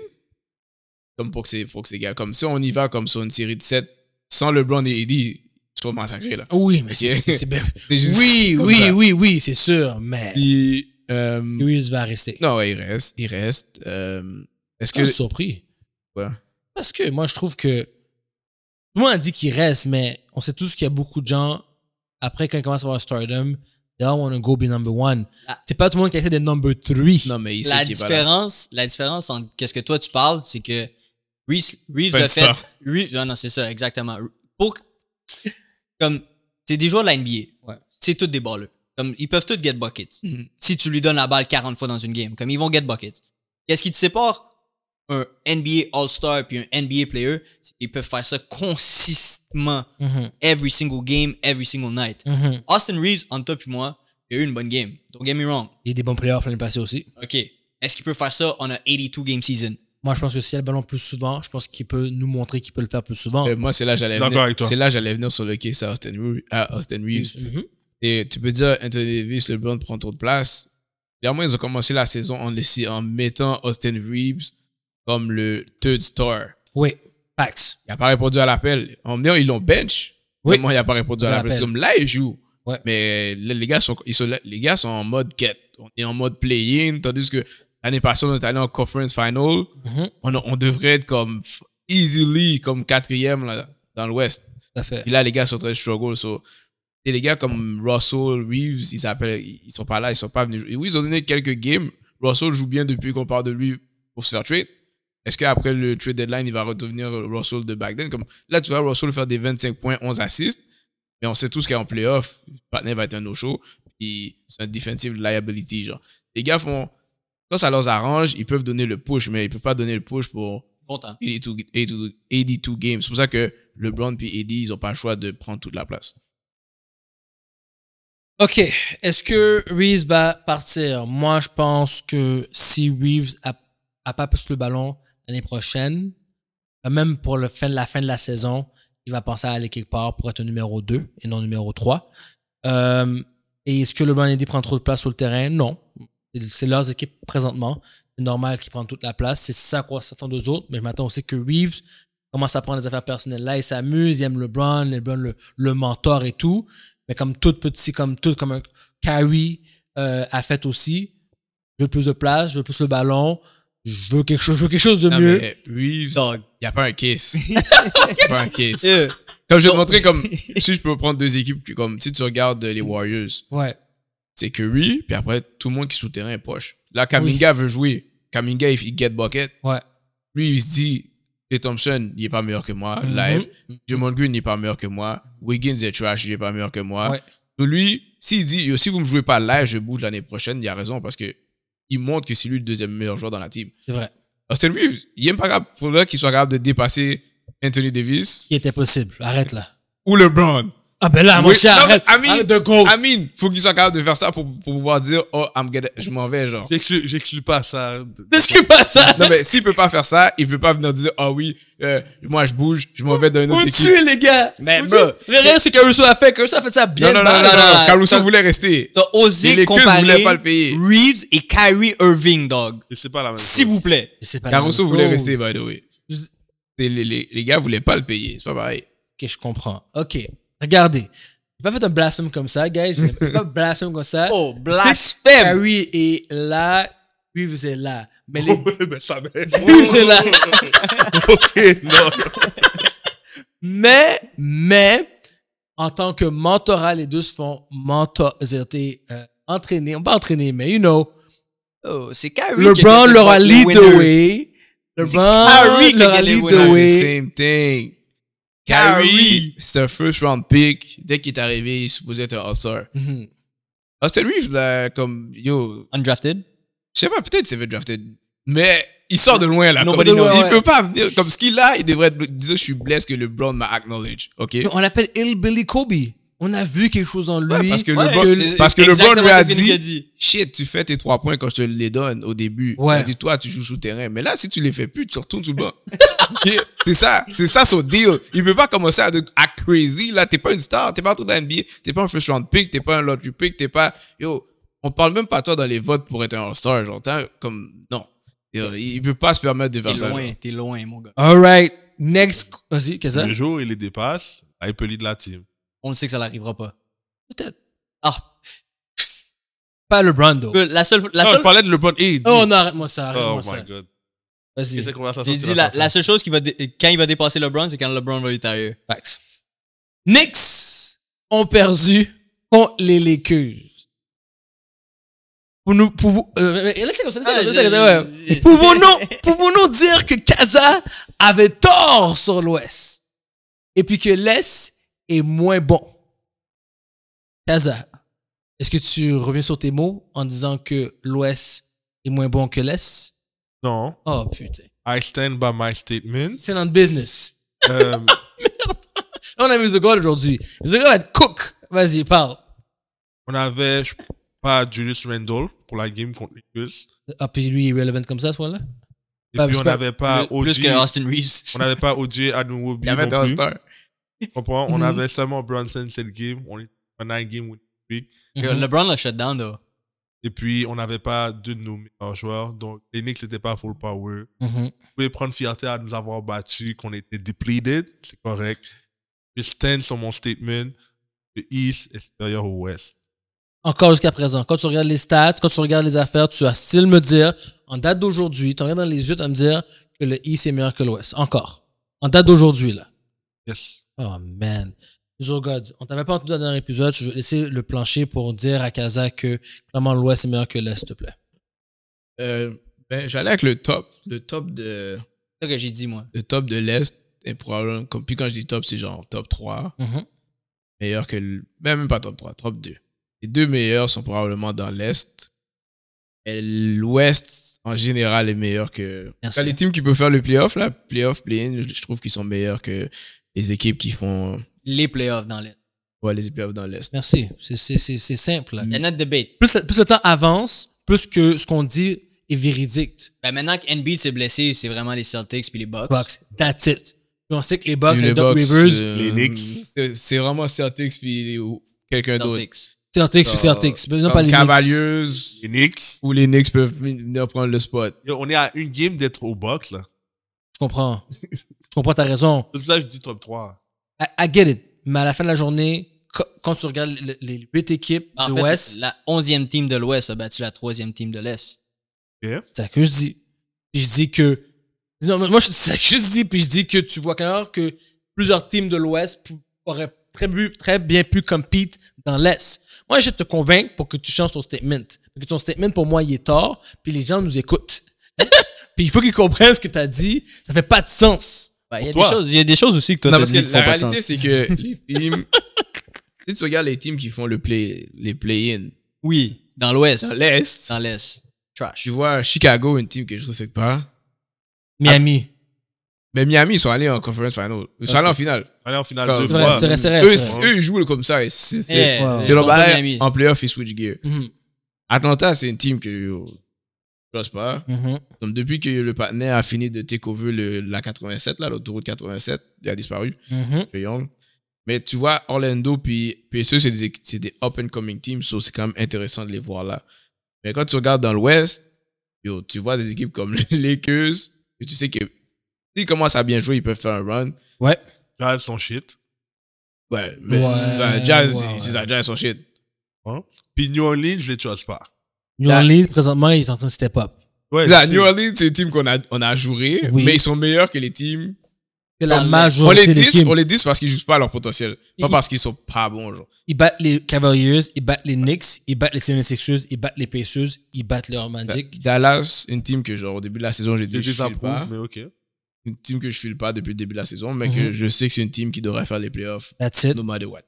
E: Comme pour que ces, pour que ces gars, comme si on y va comme sur une série de 7, sans LeBron et Eddie, ils se font massacrer, là.
B: Oui, mais c'est-
E: Ok.
B: c'est c'est bien.
E: C'est juste
B: Oui,
E: comme
B: oui,
E: ça.
B: oui, oui, c'est sûr, mais
E: Puis, euh,
B: Reeves va rester.
E: non, ouais, il reste, il reste. euh, Est-ce
B: Je
E: que
B: suis surpris.
E: Ouais.
B: Parce que moi, je trouve que. Tout le monde dit qu'il reste, mais on sait tous qu'il y a beaucoup de gens, après, quand ils commencent à avoir un stardom, they all want to go be number one.
D: Ah.
B: C'est pas tout le monde qui a été des number three.
E: non, mais il
D: La
E: sait qu'il est pas là.
D: différence, la différence entre qu'est-ce que toi tu parles, c'est que Reeves, Reeves
E: Fun
D: a fait.
E: star.
D: Reeves- non, non, c'est ça, exactement. Pour, que- comme, c'est des joueurs de la NBA.
B: Ouais.
D: C'est tous des balleux. Comme, ils peuvent tous get buckets.
E: Mhm.
D: Si tu lui donnes la balle 40 fois dans une game, comme, ils vont get buckets. Qu'est-ce qui te sépare un NBA All-Star puis un NBA player? C'est qu'ils peuvent faire ça consistement.
B: Mhm,
D: Every single game, every single night.
B: mhm.
D: Austin Reeves, entre toi puis moi, il a eu une bonne game. Don't get me wrong.
B: Il y a des bons playoffs l'année passée aussi.
D: OK. Est-ce qu'il peut faire ça en a 82 game season?
B: Moi, je pense que s'il a le ballon plus souvent, je pense qu'il peut nous montrer qu'il peut le faire plus souvent.
E: Euh, moi, c'est là que j'allais
C: D'accord
E: venir.
C: avec toi.
E: C'est là que j'allais venir sur le case à Austin, Reeves- à Austin Reeves.
B: Mhm.
E: Et tu peux dire, Anthony Davis, LeBron prend trop de place. Clairement, ils ont commencé la saison en, laissant- en mettant Austin Reeves comme le third star.
B: Oui, Pax.
E: Il n'a pas répondu à l'appel. En venant, ils l'ont bench.
B: Oui.
E: Vraiment, il n'a pas répondu à
B: Ils ont
E: l'appel. C'est
B: l'appel.
E: comme là, ils jouent.
B: Ouais.
E: Mais là, les gars, sont, ils sont là- les gars sont en mode quête. On est en mode play-in, tandis que l'année passée, on est allé en conference final.
B: Mhm.
E: on, on devrait être comme f- easily, comme quatrième là, dans l'Ouest.
B: Tout à fait.
E: Et là, les gars sont très struggle. So. Et les gars comme Russell, Reeves, ils, appellent, ils sont pas là, ils sont pas venus jouer. Et oui, ils ont donné quelques games. Russell joue bien depuis qu'on parle de lui pour se faire trade. Est-ce qu'après le trade deadline, il va redevenir Russell de back then? Comme, là, tu vois Russell faire des 25 points, 11 assists. Mais on sait tous qu'en playoff, le partner va être un no-show. Puis c'est un defensive liability. Genre. Les gars font. Quand ça leur arrange, ils peuvent donner le push, mais ils peuvent pas donner le push pour
D: Longtemps.
E: 82, 82, 82 games. C'est pour ça que LeBron puis Eddie, ils ont pas le choix de prendre toute la place.
B: OK. Est-ce que Reeves va partir? Moi, je pense que si Reeves a, a pas plus le ballon l'année prochaine, même pour le fin de la fin de la saison, il va penser à aller quelque part pour être numéro 2 et non numéro 3. Euh, et est-ce que le Brand prend trop de place sur le terrain? Non. C'est- C'est leurs équipes présentement. C'est normal qu'ils prennent toute la place. C'est ça à quoi s'attend aux autres. Mais je m'attends aussi que Reeves commence à prendre des affaires personnelles là. Il s'amuse, il aime LeBron, LeBron le, le mentor et tout mais comme tout petit, comme tout, comme un Kyrie euh, a fait aussi. Je veux plus de place, je veux plus le ballon, je veux quelque chose, je veux quelque chose de
E: Non,
B: mieux.
E: mais Reeves,
D: Dog.
E: il a pas un kiss. Il a pas un kiss. Comme
D: euh,
E: je vais te montrer, comme, si je peux prendre deux équipes, puis comme, si tu regardes euh, les Warriors,
B: Ouais.
E: c'est que oui, puis après, tout le monde qui est souterrain est proche. Là, Kaminga veut jouer. Kaminga, il il get bucket.
B: Ouais.
E: Lui, il se dit, Clay Thompson, il est pas meilleur que moi,
D: Mhm.
E: live. Jamon Green n'est pas meilleur que moi. Wiggins est trash, il est pas meilleur que moi.
B: Ouais.
E: Donc lui, s'il dit, Yo, si vous me jouez pas live, je bouge l'année prochaine, il a raison parce que il montre que c'est lui le deuxième meilleur joueur dans la team.
B: C'est vrai.
E: Austin Reeves, il est pas capable, faudrait qu'il soit capable de dépasser Anthony Davis
B: Qui était possible. Arrête là.
E: ou LeBron.
B: Ah ben là, mon
E: Oui,
B: cher,
E: non, mais
B: arrête.
E: Amine,
B: Arrête de go. *laughs*
E: Amine, faut qu'il soit capable de faire ça pour, pour pouvoir dire, oh, I'm gonna- je m'en vais, genre.
C: J'exclus j'exclus pas ça.
B: N'excuse pas ça.
E: Non, mais s'il peut pas faire ça, il peut pas venir dire, ah oui, euh, moi je bouge, je m'en vais dans une
B: Vous
E: autre équipe.
B: tuez les gars.
D: Mais,
B: Vous
D: bro.
B: tuez. Le reste, c'est que Caruso a fait. Caruso a fait ça bien.
E: Non, non, non, non,
B: mal.
E: non,
D: non, non,
E: non. Caruso
D: non.
E: voulait rester.
D: *laughs* T'as
E: Les
D: osé
E: Lakers
D: comparer
E: voulaient pas le payer.
D: Reeves et Kyrie Irving, dog.
C: Et C'est pas la même
D: S'il
C: chose.
D: vous plaît.
B: C'est pas la
E: Caruso
B: même
E: voulait
B: chose.
E: rester, by the way. C'est Les, les, les gars voulaient pas le payer, c'est pas pareil.
B: Ok, je comprends. Ok. Regardez. J'ai pas fait un blasphème comme ça, guys.
E: *laughs*
B: J'ai pas blasphème comme ça.
D: Oh, blasphème.
B: Kyrie est là. Reeves est là. Mais
E: Oh.
B: les
C: *laughs* Ouais, ben, ça m'aide. *laughs*
B: Reeves est là.
C: Ok, non.
B: Mais, mais, en tant que mentorat, les deux se font mentor, ils ont été, euh, entraînés, on pas entraînés, mais you know,
D: Oh, c'est Kyrie. qui
B: LeBron
D: était
B: leur a
D: le
B: lead the
D: winner.
B: way.
D: Kyrie
B: LeBron
D: qui
B: leur a
D: était
B: lead
D: winner.
B: the way.
E: Same thing.
D: Kyrie.
E: Kyrie, c'est un first round pick. Dès qu'il est arrivé, il supposait être un All-Star. Ah,
B: Mhm.
E: Austin Reeves, là, comme, yo,
D: Undrafted.
E: je sais pas, peut-être s'il fait drafted, mais il sort de loin, là. Comme,
D: Nobody
B: knows.
E: il
B: Ouais.
E: peut pas venir, comme ce qu'il a, il devrait être- dire, je suis blessé que LeBron m'a acknowledge, ok?
B: On l'appelle Hillbilly Kobe. On a vu quelque chose en lui.
E: Ouais, parce que
D: Ouais,
E: LeBron,
D: c'est
E: parce que
D: exactement
E: LeBron lui a
D: ce que Nick
E: dit, shit, tu fais tes trois points quand je te les donne au début.
B: Ouais.
E: Il a dit, toi, tu joues sous terrain. Mais là, si tu les fais plus, tu retournes sous le banc. *laughs* Ok? c'est ça, c'est ça son deal. Il peut pas commencer à, de- à crazy, là. T'es pas une star, t'es pas un tour d'NBA, t'es pas un first round pick, t'es pas un lottery pick, t'es pas, yo, on parle même pas de toi dans les votes pour être un all-star, genre, t'as- comme, non. Yo, Il peut pas se permettre de
D: T'es
E: faire ça. genre.
D: loin, t'es loin, mon gars.
B: Alright. Next. Vas-y, qu'est-ce que
C: Le
B: ça?
C: jour où il les dépasse, il peut lead la team.
D: On le sait que ça n'arrivera pas.
B: Peut-être.
D: Ah,
B: Pas LeBron, though.
D: euh, la seule, la
C: Non,
D: seule,
C: je parlais de LeBron et Eddie.
B: Oh, non, arrête-moi ça,
C: Oh
B: arrête-moi ça.
C: my god.
B: Vas-y.
C: Et cette conversation,
D: j'ai
C: tu
D: dit,
C: l'as
D: la,
C: pas
D: la
C: fait.
D: seule chose qui va, dé- quand il va dépasser LeBron, c'est quand LeBron va retire.
B: Facts. Knicks ont perdu contre les Lakers. Pour nous, pour vous, euh, euh, laissez comme ça, laissez comme ça, laissez comme ça, ouais.
D: j'ai-
B: Pouvons-nous, pouvons-nous dire que Kaza avait tort sur l'Ouest? Et puis que l'Est est moins bon. Kaza, est-ce que tu reviens sur tes mots en disant que l'Ouest est moins bon que l'Est?
C: Non.
B: Oh, putain.
C: I stand by my
D: *laughs*
C: statement.
B: C'est dans le business.
C: Euh,
B: On a mis The God aujourd'hui. The God va être cook. Vas-y, parle.
C: on avait, je sais pas, Julius Randle pour la game contre les Lakers.
B: Ah, puis lui, il est relevant comme ça, à ce point-là?
C: Et
B: Bah,
C: puis,
B: parce
C: on
B: que-
C: n'avait pas
D: Plus- plus que
C: OG.
D: Austin
C: On
D: Reeves.
C: n'avait pas OG Anunoby
E: Il y avait
C: non
E: un
C: plus.
E: star.
C: Comprends? On
B: Mhm.
C: avait seulement Brunson cette game. On est on a un game with week.
D: Yo, LeBron l'a shut down, though.
C: Et puis, on n'avait pas deux de nos meilleurs joueurs. Donc, les Knicks n'étaient pas full power.
E: Mm-hmm.
B: Mhm.
C: Vous pouvez prendre fierté à nous avoir battus, qu'on était depleted. C'est correct. Je stand sur mon statement. Le East est supérieur au West.
B: Encore jusqu'à présent. Quand tu regardes les stats, quand tu regardes les affaires, tu as style me dire, en date d'aujourd'hui, tu regardes dans les yeux, tu vas me dire que le East est meilleur que l'Ouest. Encore. En date d'aujourd'hui, là.
C: Yes.
B: Oh, man. Zo God, on t'avait pas entendu dans le dernier épisode. Je vais laisser le plancher pour dire à Kaza que clairement l'Ouest est meilleur que l'Est, s'il te plaît.
E: Euh, ben, j'allais avec le top, le top de,
D: C'est ça que j'ai dit, moi.
E: le top de l'Est est probablement, comme, puis quand je dis top, c'est genre top 3, meilleur que, le- ben, même pas top 3, top 2. Les deux meilleurs sont probablement dans l'Est. Et l'Ouest, en général, est meilleur que.
B: Merci.
E: Quand les teams qui peuvent faire le playoff, là, playoff, play-in, je je trouve qu'ils sont meilleurs que les équipes qui font
D: Les playoffs dans l'Est.
E: ouais, les playoffs dans l'Est.
B: Merci. C'est- C'est c'est- c'est simple. là.
E: Mm-hmm.
D: C'est notre debate.
B: Plus, le- plus le temps avance, plus que ce qu'on dit est véridique.
D: Ben maintenant que Embiid s'est blessé, c'est vraiment les Celtics puis les Bucks.
B: Bucks, that's it. Puis on sait que les Bucks,
E: Puis
B: les
E: les
B: Doc
E: Bucks,
B: Rivers,
E: euh,
C: les Knicks.
E: C'est c'est vraiment Celtics puis ou quelqu'un d'autre.
D: Celtics.
B: Celtics, puis
E: Euh,
B: Celtics. Mais non,
E: comme
B: pas les Knicks.
E: Cavaliers
C: Les Knicks.
E: ou les Knicks peuvent venir prendre le spot.
C: Yo, on est à une game d'être au box, là.
B: Je comprends. Je comprends ta raison.
C: C'est pour ça que je dis top 3.
B: I, I get it. Mais à la fin de la journée, co- quand tu regardes le- les huit équipes
D: En
B: de
D: fait,
B: l'Ouest,
D: la onzième team de l'Ouest a battu la troisième team de l'Est.
B: c'est ça que je dis. Puis je dis que. Non, mais moi, je- c'est ça que je dis. Puis je dis que tu vois clairement que plusieurs teams de l'Ouest pou- auraient très, bu- très bien pu compete dans l'Est. Moi, je vais te convaincre pour que tu changes ton statement. Parce que ton statement, pour moi, il est tort. Puis les gens nous écoutent. *laughs* puis il faut qu'ils comprennent ce que tu as dit. Ça fait pas de sens.
D: Ben, il, y a
C: Pour
D: des
C: toi.
D: choses, il y a des choses aussi que toi,
E: non,
D: t'as
E: parce
D: dit
E: que
D: qui font
E: la
D: pas de
E: réalité,
D: sens.
E: c'est que les teams. *laughs* si tu regardes les teams qui font le play, les play-in
D: Oui, dans l'Ouest.
E: dans l'Est,
D: Dans l'Est. Trash.
E: tu vois Chicago, une team que je respecte pas.
B: Miami.
E: Mais Miami, ils sont allés en conference final. Ils sont allés en finale.
C: Allez, en finale
E: Ah,
C: deux
E: c'est
B: vrai,
C: fois.
B: c'est vrai, c'est vrai.
E: Eux,
B: c'est vrai.
E: eux, ils jouent comme ça. et C'est
D: Eh,
E: c'est-
D: je
B: ouais.
E: c'est
D: comprends
E: leur bagarre.
D: Miami.
E: En playoff, ils switch gear.
B: Mhm,
E: Atlanta, c'est une team que yo, je pense pas.
B: mhm.
E: Donc, depuis que le partenaire a fini de take over le, la 87, là, l'autoroute 87, il a disparu,
B: Mhm.
E: Trae Young. Mais tu vois, Orlando puis PSE, c'est des, équ- c'est des up-and-coming teams, so c'est quand même intéressant de les voir là. Mais quand tu regardes dans l'Ouest, yo, tu vois des équipes comme *laughs* les Lakers, et tu sais que s'ils commencent à bien jouer, ils peuvent faire un run.
B: Ouais.
C: Jazz son shit.
E: Ouais, mais
B: Ouais,
E: ouais, Jazz,
B: ouais,
E: c'est
B: ouais.
E: ça, Jazz sont shit.
C: Puis New Orleans, je les chose pas.
B: New
E: La-
B: Orleans, présentement, ils sont en train de step up.
C: Ouais,
E: Là,
C: je sais.
E: New Orleans, c'est une team qu'on a, on a joué,
B: Oui.
E: mais ils sont meilleurs que les teams
B: Que la
D: On les-
E: On
B: majorité
E: les
B: des
E: 10,
B: teams,
E: on les 10 parce qu'ils jouent pas à leur potentiel. Pas
B: Il-
E: parce qu'ils sont pas bons, genre.
B: ils battent les Cavaliers, ils battent les Knicks, ils battent les 76ers, ils battent les Pacers, ils battent leur Magic.
E: Dallas, une team que, genre, au début de la saison, j'ai
C: Je
E: dit, je file
C: désapprouve,
E: pas.
C: mais ok.
E: Une team que je file pas depuis le début de la saison, mais
B: Mhm.
E: que je sais que c'est une team qui devrait faire les playoffs,
B: That's it.
E: no matter what.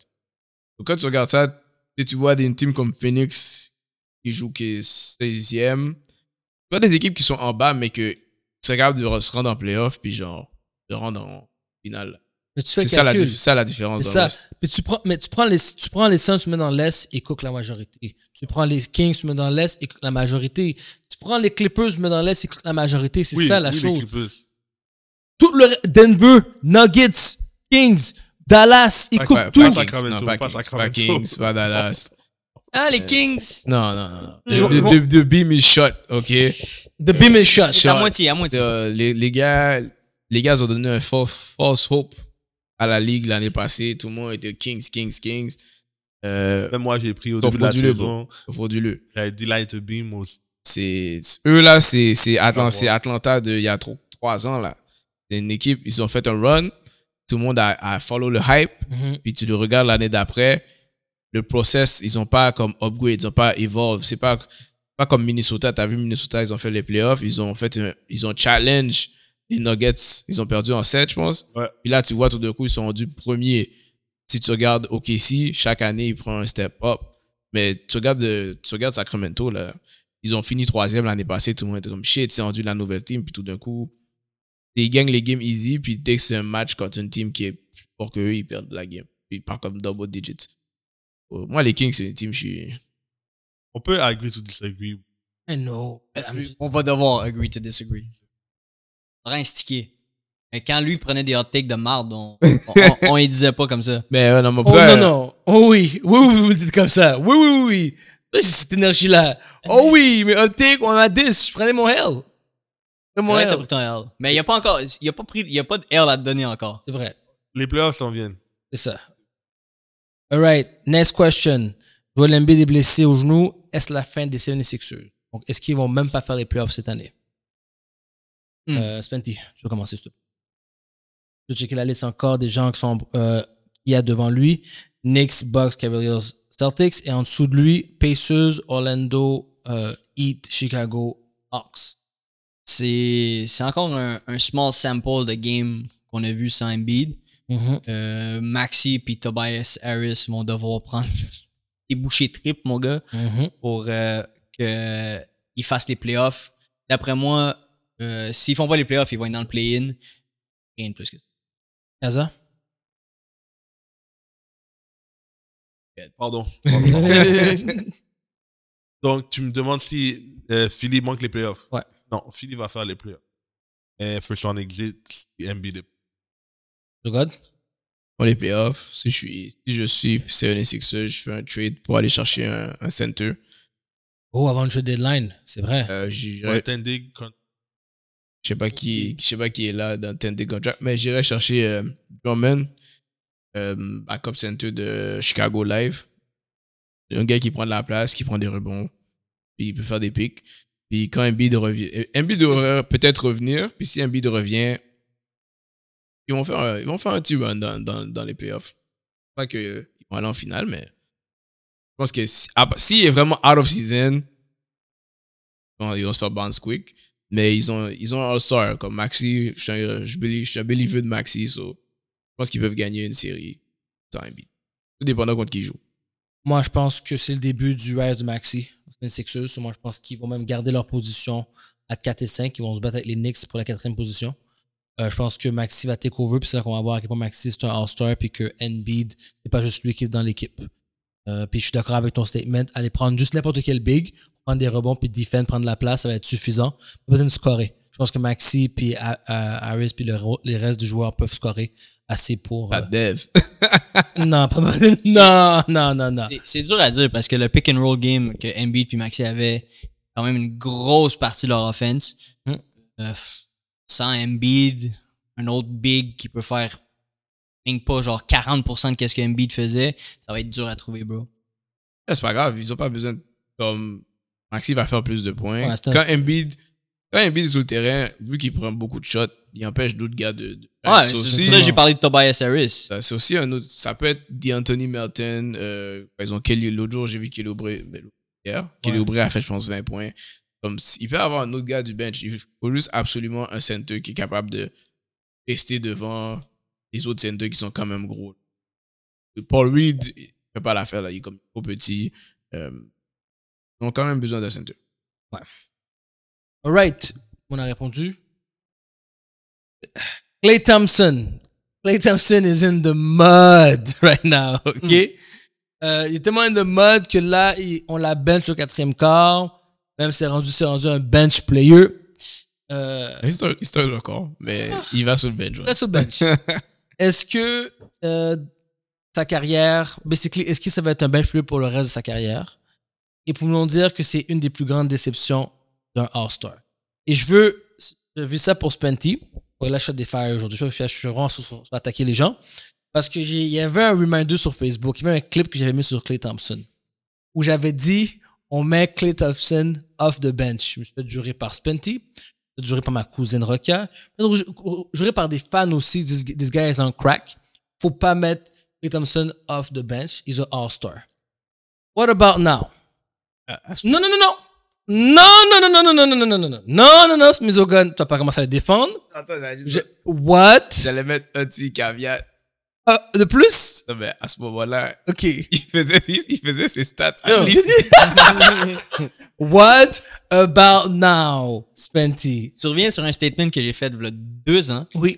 E: Donc, quand tu regardes ça, tu sais, tu vois des une team comme Phoenix, qui joue qui est 16e. Tu vois des équipes qui sont en bas, mais que c'est capable de re- se rendre en playoffs, puis genre, de rendre en finale.
B: Mais tu fais
E: C'est
B: le
E: ça la,
B: calcul.
E: dif- ça la différence.
B: C'est
E: dans
B: ça.
E: l'Ouest.
B: Puis tu prends, mais tu prends les, tu prends les Suns, tu mets dans l'Est et cook la majorité. Tu prends les Kings, tu mets dans l'Est et cook la majorité. Tu prends les Clippers, tu mets dans l'Est et cook la majorité. C'est
C: Oui,
B: ça la
C: oui, les
B: chose.
C: Clippers.
B: Tout le re- Denver, Nuggets, Kings, Dallas, ils
C: Ouais,
B: cookent
E: Pas-
B: tout.
E: pas
C: Tout.
E: Kings, non, pas Kings,
C: Pas
E: pas
C: Sacramento.
E: Kings, pas Dallas.
D: Ah,
E: Euh,
D: les Kings!
E: Non, non,
B: Ils
E: non.
B: vont-
E: De,
B: ils vont-
E: de, de, de beam is shot, ok?
B: The beam is shot.
D: C'est à moitié, à moitié.
E: Euh, les, les gars, les gars ont donné un false, false hope à la ligue l'année passée. Tout le monde était Kings, Kings, Kings. Euh,
C: Même moi, j'ai pris au
E: Ton
C: début de la
E: produit, le
C: saison.
E: Produis-le.
C: J'avais dit Light Beam aussi.
E: C'est, c'est- eux là, c'est, c'est Atlanta,
C: voir.
E: c'est Atlanta de, il y a tro- trois ans là. C'est une équipe, ils ont fait un run. Tout le monde a, a follow le hype.
B: Mhm.
E: puis tu le regardes l'année d'après, le process, ils ont pas comme upgrade, ils ont pas evolve. C'est pas, pas comme Minnesota. T'as vu Minnesota, ils ont fait les playoffs, ils ont fait, un- ils ont challenge les Nuggets. Ils ont perdu en 7, je pense.
C: Ouais.
E: Puis là, tu vois, tout d'un coup, ils sont rendus premiers. Si tu regardes OKC, chaque année, ils prennent un step up. Mais tu regardes, euh, tu regardes Sacramento, là. Ils ont fini troisième l'année passée, tout le monde était comme shit, c'est rendu la nouvelle team, puis tout d'un coup, ils gagnent les games easy, puis dès que c'est un match contre une team qui est plus fort que eux, ils perdent la game. Ils partent comme double digits. Euh, Moi, les Kings, c'est une team, je suis.
C: On peut agree to disagree.
B: I know.
D: Ah, On va devoir agree to disagree. Rien stické. Mais quand lui prenait des hot takes de marde, on, on,
E: *laughs*
D: on- on y disait pas comme ça.
E: Mais euh, non, mon
B: Oh
E: frère,
B: non, non. Oh oui. Oui, oui, vous dites comme ça. Oui, oui, oui. oui. J'ai cette énergie-là. Oh oui, mais on take, on a 10. Je prenais mon hell. Je prenais
D: C'est
B: mon
D: vrai, t'as
B: hell.
D: pris ton L. Mais il y a pas encore, il y a pas pris, il y a pas de L à te donner encore.
B: C'est vrai.
C: Les playoffs s'en viennent.
B: C'est ça. All right. Next question. Joel Embiid est blessé au genou. Est-ce la fin des 76ers? Donc, est-ce qu'ils vont même pas faire les playoffs cette année?
D: Hmm.
B: Euh, Spenty, tu peux commencer, s'il te plaît. Je vais checker la liste encore des gens qui sont, euh, qu'il y a devant lui. Knicks, Bucks, Cavaliers, Celtics. Et en dessous de lui, Pacers, Orlando, euh, Heat, Chicago, Hawks.
D: C'est, c'est encore un, un small sample de game qu'on a vu sans Embiid.
B: Mhm.
D: Euh, Maxi puis Tobias Harris vont devoir prendre *laughs* des bouchées triples, mon gars.
B: Mhm.
D: pour euh, que qu'ils fassent les playoffs. D'après moi, euh, s'ils font pas les playoffs, ils vont être dans le play-in. Rien de plus que ça.
B: Kaza?
C: Pardon. Pardon. Donc, tu me demandes si euh, Philly manque les playoffs.
B: Ouais.
C: Non, Philly va faire les playoffs. Et first round exit, MB.
B: Regarde.
E: Pour les playoffs, si je suis, si je suis Seven et Sixers, je fais un trade pour aller chercher un, un center.
B: Oh, avant le jeu deadline, c'est vrai.
E: Euh, j'irai-
C: Ouais. Tending contre
E: je sais pas qui, je sais pas qui est là dans le 10 day contract, mais j'irai chercher euh, Drummond, euh, backup center de Chicago Live. Un gars qui prend de la place, qui prend des rebonds, puis il peut faire des pics. Puis quand Embiid revient, euh, Embiid devrait peut-être revenir, puis si Embiid revient, ils vont faire un, ils vont faire un petit run dans, dans, dans les playoffs. Pas que euh, ils vont aller en finale, mais je pense que si- à- s'il est vraiment out of season, bon, ils vont se faire bounce quick. Mais ils ont, ils ont un All-Star comme Maxi. Je suis un, je belie- je suis un believer de Maxi, so je pense qu'ils peuvent gagner une série sans Embiid. Tout dépendant contre qui ils jouent.
B: Moi, je pense que c'est le début du rise de Maxi. C'est une sexueuse. Moi, je pense qu'ils vont même garder leur position à 4 et 5. Ils vont se battre avec les Knicks pour la quatrième position. Euh, je pense que Maxi va take over. Puis c'est là qu'on va voir à quel point Maxi, c'est un All-Star. Puis que Embiid, c'est pas juste lui qui est dans l'équipe. Euh, puis je suis d'accord avec ton statement. Aller prendre juste n'importe quel big, prendre des rebonds, puis defend, prendre la place, ça va être suffisant. Pas besoin de scorer. Je pense que Maxi, puis Ha- Ha- Harris, puis le ro- les restes du joueur peuvent scorer assez pour. euh,
E: Pas de dev. *laughs*
B: non, pas *laughs* Non, non, non, non.
D: C'est- C'est dur à dire parce que le pick and roll game que Embiid puis Maxi avaient, quand même une grosse partie de leur offense.
B: Hmm.
D: Euh, sans Embiid, un autre big qui peut faire même pas genre 40% de qu'est-ce que Embiid faisait, ça va être dur à trouver, bro.
E: Ah, C'est pas grave, ils ont pas besoin de, comme Maxi va faire plus de points.
B: Ouais, c'est un-
E: quand Embiid, quand Embiid est sur le terrain, vu qu'il prend beaucoup de shots, il empêche d'autres gars de. de
D: Ouais,
E: So,
D: c'est
E: si-
D: pour Euh, ça que j'ai parlé de Tobias Harris.
E: Ça, C'est aussi un autre. Ça peut être D'Anthony Melton. Euh, par exemple, Kelly, l'autre jour, j'ai vu Kelly Oubre. ben, l'autre- hier, Kelly
B: Ouais.
E: Oubre a fait, je pense, 20 points. Comme, si- il peut avoir un autre gars du bench. Il faut juste absolument un center qui est capable de rester devant les autres centers qui sont quand même gros. Paul Reed, il peut pas l'affaire, là. Il est comme trop petit. Euh, ils ont quand même besoin d'un center.
B: Alright, on a répondu. Clay Thompson. Clay Thompson is in the mud *laughs* right now, OK? Euh, il est tellement in the mud que là, il- on la bench au quatrième quart. Même c'est rendu, c'est rendu un bench player. Euh,
E: C'est un- C'est un record, mais
B: Ah.
E: il va sur le bench. ouais.
B: reste au bench. est-ce que euh, sa carrière, basically, est-ce que ça va être un bench player pour le reste de sa carrière? Et pouvons dire que c'est une des plus grandes déceptions d'un All-Star. Et je veux, j'ai vu ça pour Spenty. Ouais, là, je fais des fires aujourd'hui. Je suis- je suis vraiment sur, sur- sur attaquer les gens. Parce que j'ai- il y avait un reminder sur Facebook, il y avait un clip que j'avais mis sur Clay Thompson. Où j'avais dit, on met Clay Thompson off the bench. Je me suis fait jurer par Spenty. Je me suis fait jurer par ma cousine Roca. Je me suis fait Jurer par des fans aussi. This, this guy is on crack. Faut pas mettre Clay Thompson off the bench. He's an all-star. What about now? Non, non, non, non. Non, non, non, non, non, non, non, non, non, non, non, non, non, ce misogyne, tu vas pas commencer à le défendre. Je- What?
E: J'allais mettre un petit caveat.
B: Euh, de plus?
E: Non, mais à ce moment-là,
D: *laughs*
B: Ok.
E: *laughs* il faisait, il, il faisait ses stats.
D: Ah
E: à
B: Yo.
E: liste.
B: What about now, Spenty?
D: Tu reviens sur un statement que j'ai fait il y a deux ans.
B: Oui.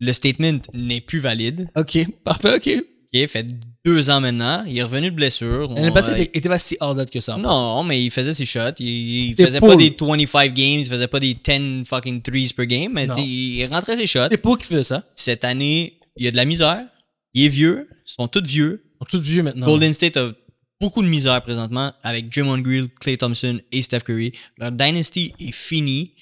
D: Le statement n'est plus valide.
B: Ok, parfait, ok.
D: Ok, fait deux ans maintenant. Il est revenu de blessure.
B: L'année
D: On-
B: passée,
D: euh,
B: il était pas si hard que ça. en passant.
D: Non, mais il faisait ses shots. Il, il
B: T'es
D: faisait
B: pour.
D: pas des 25 games, il faisait pas des 10 fucking threes per game, mais
B: Non.
D: tu sais, il rentrait ses shots.
B: C'est pour qui faisait ça.
D: Cette année, il y a de la misère. Il est vieux. Ils sont tous vieux.
B: Ils sont tous vieux maintenant.
D: Golden State a beaucoup de misère présentement avec Draymond Green, Clay Thompson et Steph Curry. Leur dynasty est finie.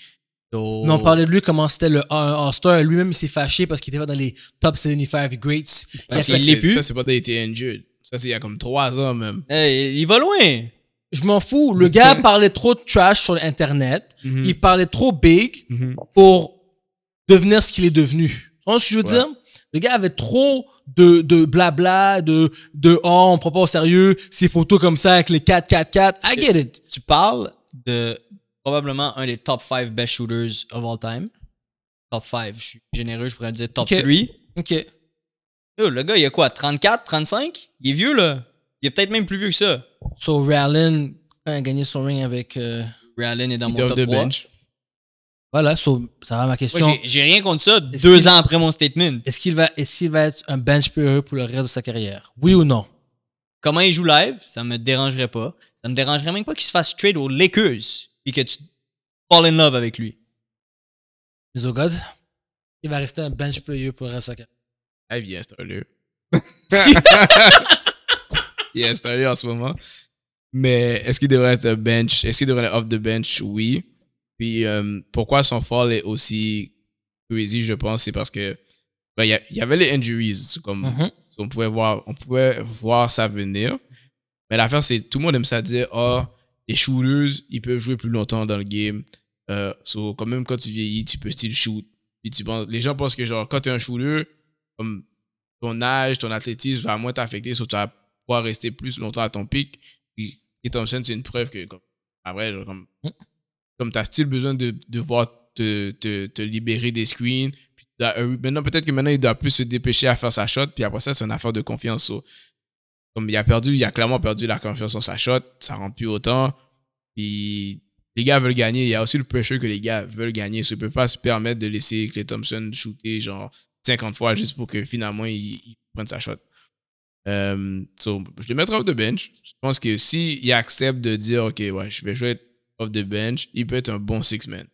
D: So-
E: Oh.
B: Mais on parlait de lui comment c'était le all- All-Star. Lui-même, il s'est fâché parce qu'il était pas dans les top 75 greats. Il a
D: Parce
E: Ben,
D: qu'il
E: Ça,
B: fait-
D: l'est
E: c'est-
D: plus.
E: Ça, c'est pas été injured. Ça, c'est il y a comme trois ans même.
D: Hey, Euh, il va loin.
B: Je m'en fous. Le gars parlait trop de trash sur Internet.
E: Mhm.
B: Il parlait trop big pour devenir ce qu'il est devenu. Tu vois ce que je veux dire? Le gars avait trop de, de blabla, de, de, oh, on prend pas au sérieux, ces photos comme ça avec les 4, 4, 4. I get it.
D: Tu parles de probablement un des top 5 best shooters of all time. Top 5. Je suis généreux, je pourrais dire top
B: Ok.
D: 3.
B: OK.
D: Yo, le gars, il a quoi, 34, 35? Il est vieux, là. Il est peut-être même plus vieux que ça.
B: So, Rallin a gagné son ring avec, euh,
D: Ray Allen est dans
E: Peter
D: mon
E: off
D: top
E: the
D: 3.
E: bench.
B: Voilà, so, ça va ma
D: Moi,
B: question.
D: j'ai- j'ai rien contre ça
B: Est-ce
D: deux
B: qu'il-
D: ans après mon statement.
B: Est-ce qu'il va, est-ce qu'il va être un bench player pour le reste de sa carrière? Oui ou non?
D: Comment il joue live, ça me dérangerait pas. Ça me dérangerait même pas qu'il se fasse trade aux Lakers puis que tu fall in love avec lui.
B: Mais oh God, il va rester un bench player pour le reste de sa carrière.
E: Ah, il est *laughs* installé. il est installé en ce moment. Mais est-ce qu'il devrait être un bench? Est-ce qu'il devrait être off the bench? Oui. Puis euh, pourquoi son fall est aussi crazy, je pense, c'est parce que ben, il y, a- il y avait les injuries. c'est Comme,
B: Mhm.
E: on, pouvait voir, on pouvait voir ça venir. Mais l'affaire, c'est tout le monde aime ça dire Ah, les shooters, ils peuvent jouer plus longtemps dans le game. Euh, so, quand même, quand tu vieillis, tu peux still shoot. Puis tu penses, les gens pensent que, genre, quand tu es un shooter, comme ton âge, ton athlétisme va moins t'affecter, so tu vas pouvoir rester plus longtemps à ton pic. Puis, et Thompson, c'est une preuve que, comme, après, genre, comme,
B: Mm.
E: comme tu as still besoin de de devoir te, te, te libérer des screens. Puis, tu dois- euh, maintenant, peut-être que maintenant, il doit plus se dépêcher à faire sa shot. Puis après ça, c'est une affaire de confiance. So, comme il a perdu, il a clairement perdu la confiance en sa shot, ça rentre plus autant. Puis les gars veulent gagner. Il y a aussi le pressure que les gars veulent gagner. Ça ne peut pas se permettre de laisser Clay Thompson shooter genre 50 fois juste pour que finalement il, il prenne sa shot. Euh, so, je le mettrai off the bench. Je pense que s'il accepte de dire OK, ouais, je vais jouer off the bench, il peut être un bon six-man.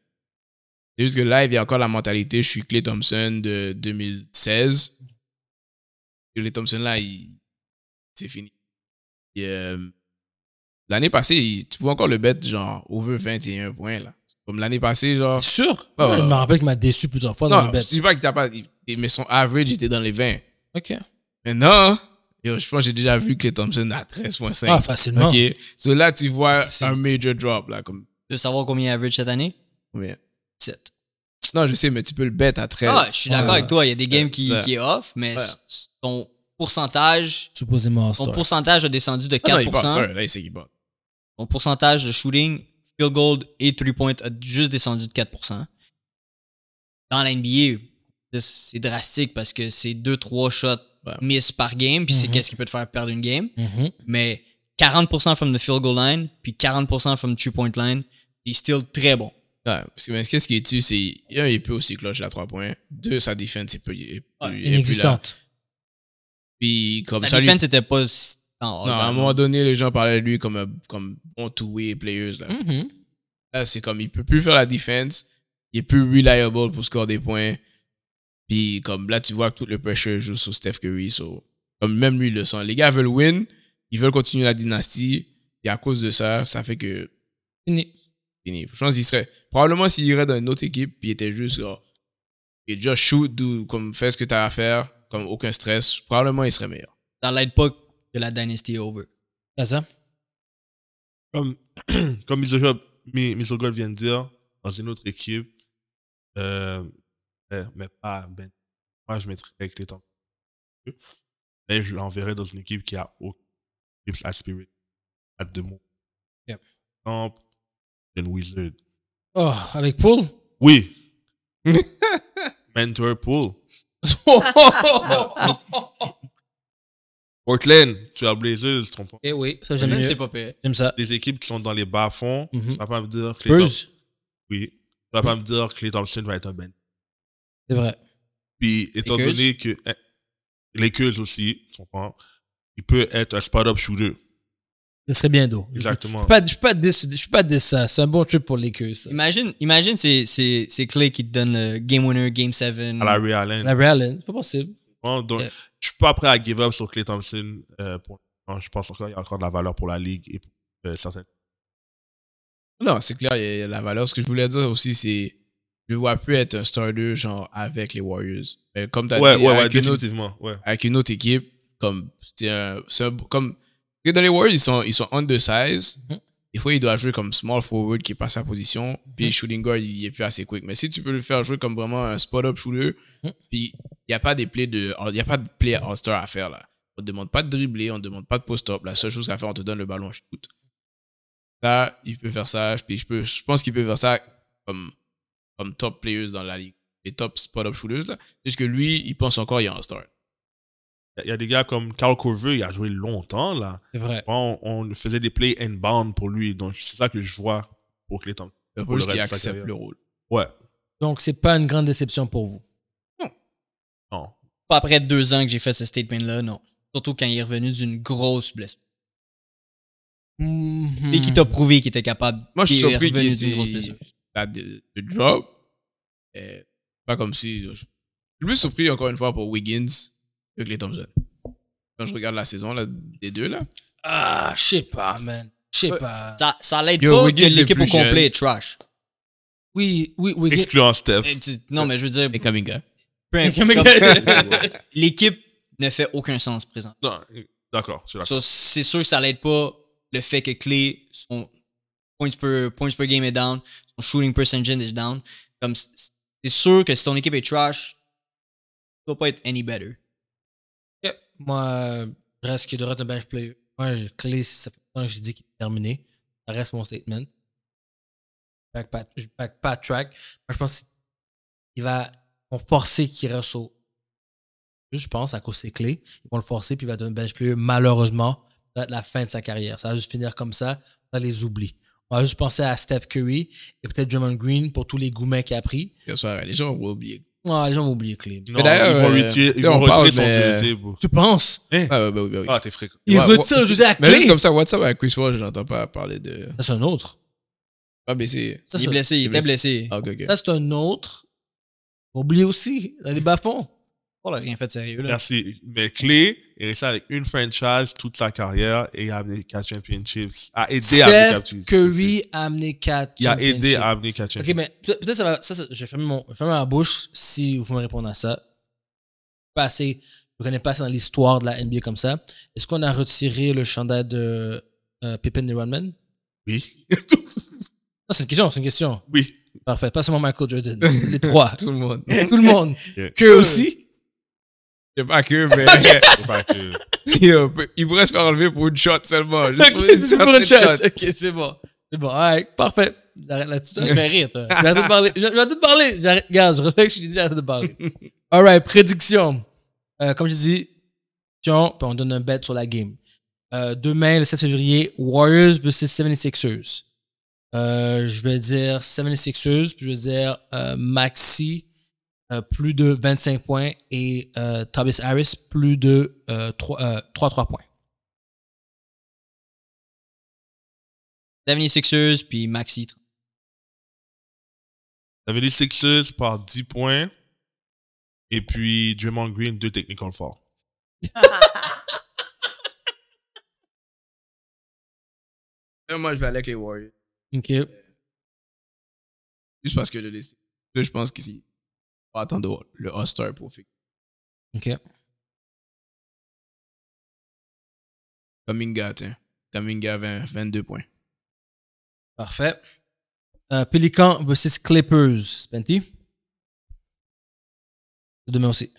E: C'est juste que là, il y a encore la mentalité, je suis Clay Thompson de 2016. Clay Thompson là, il, c'est fini. Et, euh, l'année passée, il- tu pouvais encore le bet genre over 21 points là. Comme l'année passée, genre.
B: Sûr?
E: Ah. Ouais, ouais,
B: Je
E: ouais.
B: me rappelle qu'il m'a déçu plusieurs fois dans
E: Non,
B: le
E: je
B: bet.
E: dis pas qu'il t'a pas. il- Mais son average était dans les 20.
B: Ok.
E: Mais non! Yo, je pense que j'ai déjà vu Clay Thompson à 13.5.
B: Ah, facilement.
E: ok. So là, tu vois
B: Facile.
E: un major drop là. Comme,
D: Tu veux savoir combien il average cette année?
E: combien?
D: 7.
E: Non, je sais, mais tu peux le bet à 13.
D: Ah, je suis d'accord
B: Ouais.
D: avec toi. Il y a des games qui,
E: Ça.
D: qui est off, mais
E: Ouais.
D: ton pourcentage,
B: Supposément,
D: ton
B: All-Star.
D: pourcentage a descendu de
E: Ah non, il passe,
D: 4%.
E: ouais, Là, il sait qu'il passe.
D: ton pourcentage de shooting, field goal et three point a juste descendu de 4%. Dans la NBA, c'est drastique parce que c'est 2-3 shots
E: Ouais.
D: miss par game, puis c'est
B: Mhm.
D: qu'est-ce qui peut te faire perdre une game.
B: Mhm.
D: Mais 40% from the field goal line, puis 40% from the three point line, il est still très bon.
E: Ouais, parce que mais qu'est-ce qui est tu c'est un il peut aussi cloche la 3 points, deux sa défense c'est peu il est plus-
D: Ouais,
E: il est plus là.
B: Inexistante.
E: Puis comme
D: Sa
E: ça lui-
D: défense n'était pas... si- en-
E: non, à un
D: en-
E: moment donné les gens parlaient de lui comme un- comme bon two way players là.
B: Mhm.
E: Là, c'est comme il peut plus faire la défense, il est plus reliable pour score des points. Puis comme là tu vois que tout le pressure joue sur Steph Curry, so, comme même lui il le sent. Les gars veulent win, ils veulent continuer la dynastie et à cause de ça, ça fait que
B: Fini.
E: fini. Je pense qu'il serait. Probablement s'il irait dans une autre équipe, puis il était juste genre. Et just shoot, do, comme fais ce que t'as à faire, comme aucun stress, probablement il serait meilleur.
D: Ça l'aide pas que la dynasty est over.
B: C'est ça?
C: Comme, *clears throat* comme Mr. Job, Mi- Mr. God vient de dire, dans une autre équipe, euh, euh, mais pas Ben. Moi, je mettrais avec les temps. Mais je l'enverrais dans une équipe qui a aucun tips à spirit. À deux mots.
B: Yep.
C: Temple, then Ben Wizard.
B: Oh, avec *laughs* Paul?
C: Oui! Mentor Pool. Portland, tu as Blazers, tu te trompes pas.
B: Eh oui, ça j'aime
D: Portland,
B: mieux.
D: C'est pas pire.
B: J'aime ça.
C: Des équipes qui sont dans les bas-fonds,
B: Mhm.
C: tu vas pas me dire que les Tom-
B: Spurs?
C: Oui. Tu vas pas me dire que les Thompson va être un Ben.
B: C'est vrai.
C: Puis, étant
D: Lakers.
C: donné que eh, les Queues aussi, tu comprends, il peut être un spot-up shooter.
B: Ce serait bien d'eau.
C: Exactement.
B: Je suis pas déçu. Je suis pas déçu. ça. C'est un bon trip pour les queues, ça.
D: Imagine, imagine c'est, c'est, c'est Clay qui te donne le game winner, game 7.
C: À la Ray Allen.
B: La Ray Allen, c'est pas possible.
C: Hein, donc,
B: Yeah.
C: je suis pas prêt à give up sur Clay Thompson. euh, pour, hein, je pense encore qu'il y a encore de la valeur pour la ligue et pour euh, certaines.
E: Non, c'est clair, il y a- il y a la valeur. Ce que je voulais dire aussi, c'est. Je le vois plus être un starter, genre, avec les Warriors. Mais comme t'as
C: Ouais,
E: dit, euh,
C: ouais, ouais,
E: avec, une autre,
C: définitivement. Ouais.
E: avec une autre équipe, comme. C'est un. c'est un- comme. parce que Dans les Warriors, ils sont, ils sont undersized.
B: Mhm.
E: Des fois, il doit jouer comme small forward qui est pas sa position. Puis
B: Mhm.
E: shooting guard, il est plus assez quick. Mais si tu peux le faire jouer comme vraiment un spot-up shooter,
B: Mhm.
E: puis il n'y a pas des plays de, il y a pas de play all-star à faire là. On te demande pas de dribbler, on te demande pas de post-up. La seule chose qu'à faire, on te donne le ballon, shoot. Ça, il peut faire ça. Puis je peux, je pense qu'il peut faire ça comme, comme top players dans la ligue. Les top spot-up shooters là. Juste que lui, il pense encore il est un star.
C: Il y a- il y a des gars comme Carl Corver, il a joué longtemps, là.
B: C'est vrai.
C: On, on faisait des plays inbound pour lui. Donc, c'est ça que je vois pour Clay Thompson.
E: Il
C: Pour le
E: qui
C: reste de sa
E: accepte
C: carrière.
E: le rôle.
C: Ouais.
B: Donc, c'est pas une grande déception pour vous.
C: Non.
D: Pas après deux ans que j'ai fait ce statement-là, non. Surtout quand il est revenu d'une grosse blessure. Et qui t'a prouvé qu'il était capable.
E: Hmm. Moi, je suis
D: qu'il est
E: surpris qu'il
D: revenu d'une grosse
E: était
D: blessure.
E: la- le drop. Euh, pas comme si. Je suis le plus surpris encore une fois pour Wiggins que Clay Thompson. Quand je regarde la saison là, des deux là,
B: Ah, je sais pas, man. Je sais pas.
D: Ça, ça l'aide
E: Yo,
D: pas
E: Wiggins
D: que
E: est
D: l'équipe au
E: plus jeune. Euh,
D: complet est trash.
B: Oui, oui, oui.
C: Excluant Steph.
D: Et tu- non, mais je veux dire,
E: et Kaminga.
B: *laughs*
D: peu importe, comme-
B: Excellent.
D: l'équipe ne fait aucun sens présent.
C: Non, euh, d'accord, je suis d'accord.
D: Ça, c'est sûr que ça l'aide pas le fait que Clay, son points per, points per game est down, son shooting percentage est down. Comme, c- c'est sûr que si ton équipe est trash, tu vas pas être any better.
B: Moi, euh, je reste qu'il devrait être un bench player. Moi, je, Clay, ça fait longtemps que j'ai dit qu'il est terminé. Ça reste mon statement. Back, pas, je back pas track. Moi, je pense qu'il va ils vont forcer qu'il reste au. Je pense, à cause de ses clés. Ils vont le forcer, puis il va être un bench player. Malheureusement, ça va être la fin de sa carrière. Ça va juste finir comme ça. Ça les oublie. On va juste penser à Steph Curry et peut-être Drummond Green pour tous les gourmets qu'il a pris.
E: Hier soir, les gens vont oublier.
B: Ah, les gens vont oublier Clay.
C: Non,
E: d'ailleurs,
C: ils vont
E: euh,
C: retirer, ils
E: on
C: vont retirer
E: parle,
C: son
E: mais-
C: jersey, bro.
B: Tu penses?
E: Ah, ouais, bah oui, bah oui.
C: Ah, t'es fréquent.
B: Il
E: Ouais,
B: retire
E: ouais.
B: le jeu à
E: Mais juste
B: Clay.
E: comme ça, WhatsApp avec Chris Paul, je n'entends pas parler de.
B: Ça, C'est un autre.
E: Pas baisser.
B: Ça,
D: il est
B: c'est-
D: blessé, il
E: il est
D: était blessé.
E: Ah, ok, ok.
B: Ça, c'est un autre. Oublié aussi, dans les bas-fonds.
D: On a rien fait de sérieux, là.
C: Merci. Mais Clay est resté avec une franchise toute sa carrière et il a amené 4 championships. A aidé à amener
B: Steph
C: 4 championships.
B: Curry a amené 4.
C: Il a aidé à amener 4
B: Ok,
C: championships.
B: mais peut- peut-être ça va. Ça, ça- je vais fermer, mon, je vais fermer ma bouche si vous me répondez à ça. Pas assez. Je connais pas ça dans l'histoire de la NBA comme ça. Est-ce qu'on a retiré le chandail de euh, Pippen et Rodman Non,
C: Oui.
B: c'est une question, c'est une question.
C: Oui.
B: Parfait. Pas seulement Michael Jordan. les
C: *laughs*
B: trois.
E: Tout le monde. Je
B: Tout le monde.
C: Yeah.
B: Que aussi.
E: sais pas que, mais. *laughs*
C: C'est pas que- *laughs*
E: Yo, il pourrait se faire enlever pour une shot seulement. Juste
B: Ok, c'est pour une
E: certaine
B: shot. Ok, c'est bon. C'est bon. Alright, parfait. J'arrête là-dessus.
D: Tu mérites. hein.
B: J'arrête de parler. J'ai- j'ai arrêté de parler. J'arrête- Regarde, je respecte ce que je dis, j'arrête de parler. Alright, prédiction. Euh, comme je dis, prédiction, puis on donne un bet sur la game. Euh, demain, le 7 février, Warriors vs 76ers. Euh, je vais dire 76ers, puis je vais dire euh, Maxi, euh, plus de 25 points, et euh, Tobias Harris, plus de euh, 3, 3, points.
D: 76ers, puis Maxi.
C: T'avais les Sixers par 10 points. Et puis Draymond Green, deux technical forts.
E: shot. Moi, je vais aller avec les Warriors.
B: OK.
E: Juste parce que je laisse. Je pense qu'ici, on va attendre le All-Star pour fixer.
B: OK.
E: Kaminga, tiens. Kaminga, 20, 22 points.
B: Parfait. Euh, Pelican versus Clippers, Spenty. C'est Demain aussi.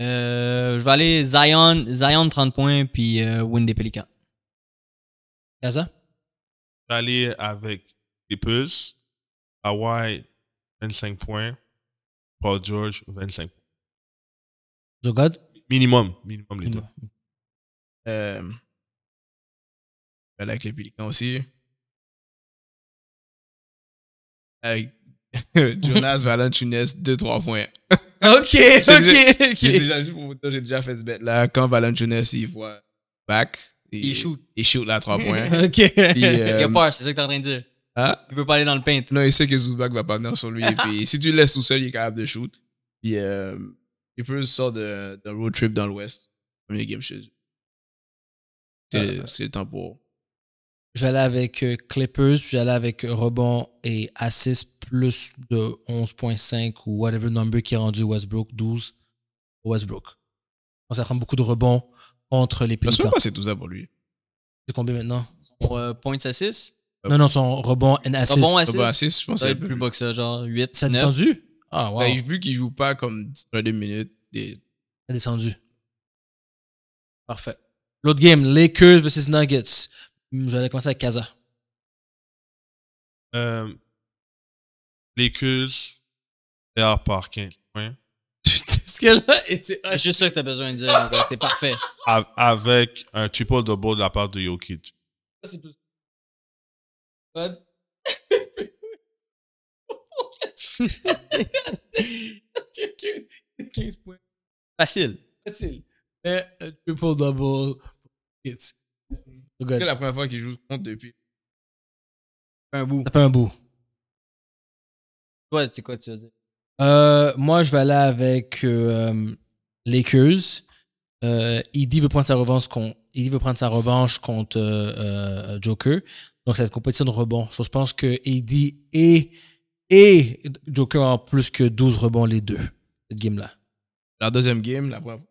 D: Euh, je vais aller Zion, Zion 30 points, puis euh, win des Pelicans.
B: Gaza?
C: vais aller avec les Pulse, Hawaii, 25 points. Paul George, 25 points.
B: Zogod?
C: Minimum, minimum les deux.
E: Euh, je vais aller avec les Pelicans aussi. Avec *laughs* Jonas Valanciunas, 2-3 points.
B: *laughs* Ok, ok,
E: J'ai
B: ok.
E: déjà, juste pour vous dire, j'ai déjà fait ce bet là. Quand Valanciunas, il voit back, il,
D: Il shoot.
E: Il shoot là *laughs* 3 points.
B: Ok.
E: Puis,
D: *laughs*
E: euh,
D: il a peur, c'est ça que t'es en train de dire.
E: hein?
D: Il veut pas aller dans le paint.
E: Non, il sait que Zubac va pas venir sur lui.
D: *laughs*
E: Et puis, si tu le laisses tout seul, il est capable de shoot. Puis, euh, il peut sortir de, de road trip dans l'Ouest. Premier game chez eux. C'est
D: Ah,
E: c'est le temps pour.
B: Je vais aller avec euh, Clippers, puis je vais aller avec rebond et assist plus de 11.5 ou whatever number qui est rendu Westbrook, 12 pour Westbrook. On ça prend beaucoup de rebonds contre les
E: Je pense
B: Pelicans.
E: pas c'est tout ça pour lui.
B: C'est combien maintenant?
D: Pour euh, points à 6.
E: Euh,
B: Non, non, son rebond and assist.
D: Rebond,
E: Je
D: assist.
E: sais pas, six, je pense
D: Ah, Ça va
E: que c'est
D: être plus bas que ça, genre 8,
B: ça a
D: 9.
B: descendu? Ah, wow.
E: Ben, vu qu'il joue pas comme 2 minutes, des-
B: a descendu. Parfait. L'autre game, Lakers versus Nuggets. Hmm, Je vais aller commencer avec Kaza. *laughs*
C: Euh, Lakers, perd par 15 points.
B: Putain, ce qu'elle a été.
D: C'est juste ça que t'as besoin de dire, mon gars. C'est parfait.
C: A- Avec un triple double de la part de Jokic.
E: *laughs*
B: c'est plus. Fun. 15 points.
D: Facile.
B: Facile. Mais un triple double. It's-
E: C'est
B: Regarde,
E: la première fois qu'il joue contre depuis.
D: Un bout.
B: ça fait un bout.
D: Toi, c'est quoi tu
E: *laughs*
D: veux dire?
B: Euh, moi, je vais aller avec euh, Lakers. Euh, Edie veut prendre sa revanche contre, Edie veut prendre sa revanche contre euh, euh, Joker. Donc, cette compétition de rebond. Je pense que Edie et, et Joker ont plus que 12 rebonds les deux, cette game-là.
E: La deuxième game, la première fois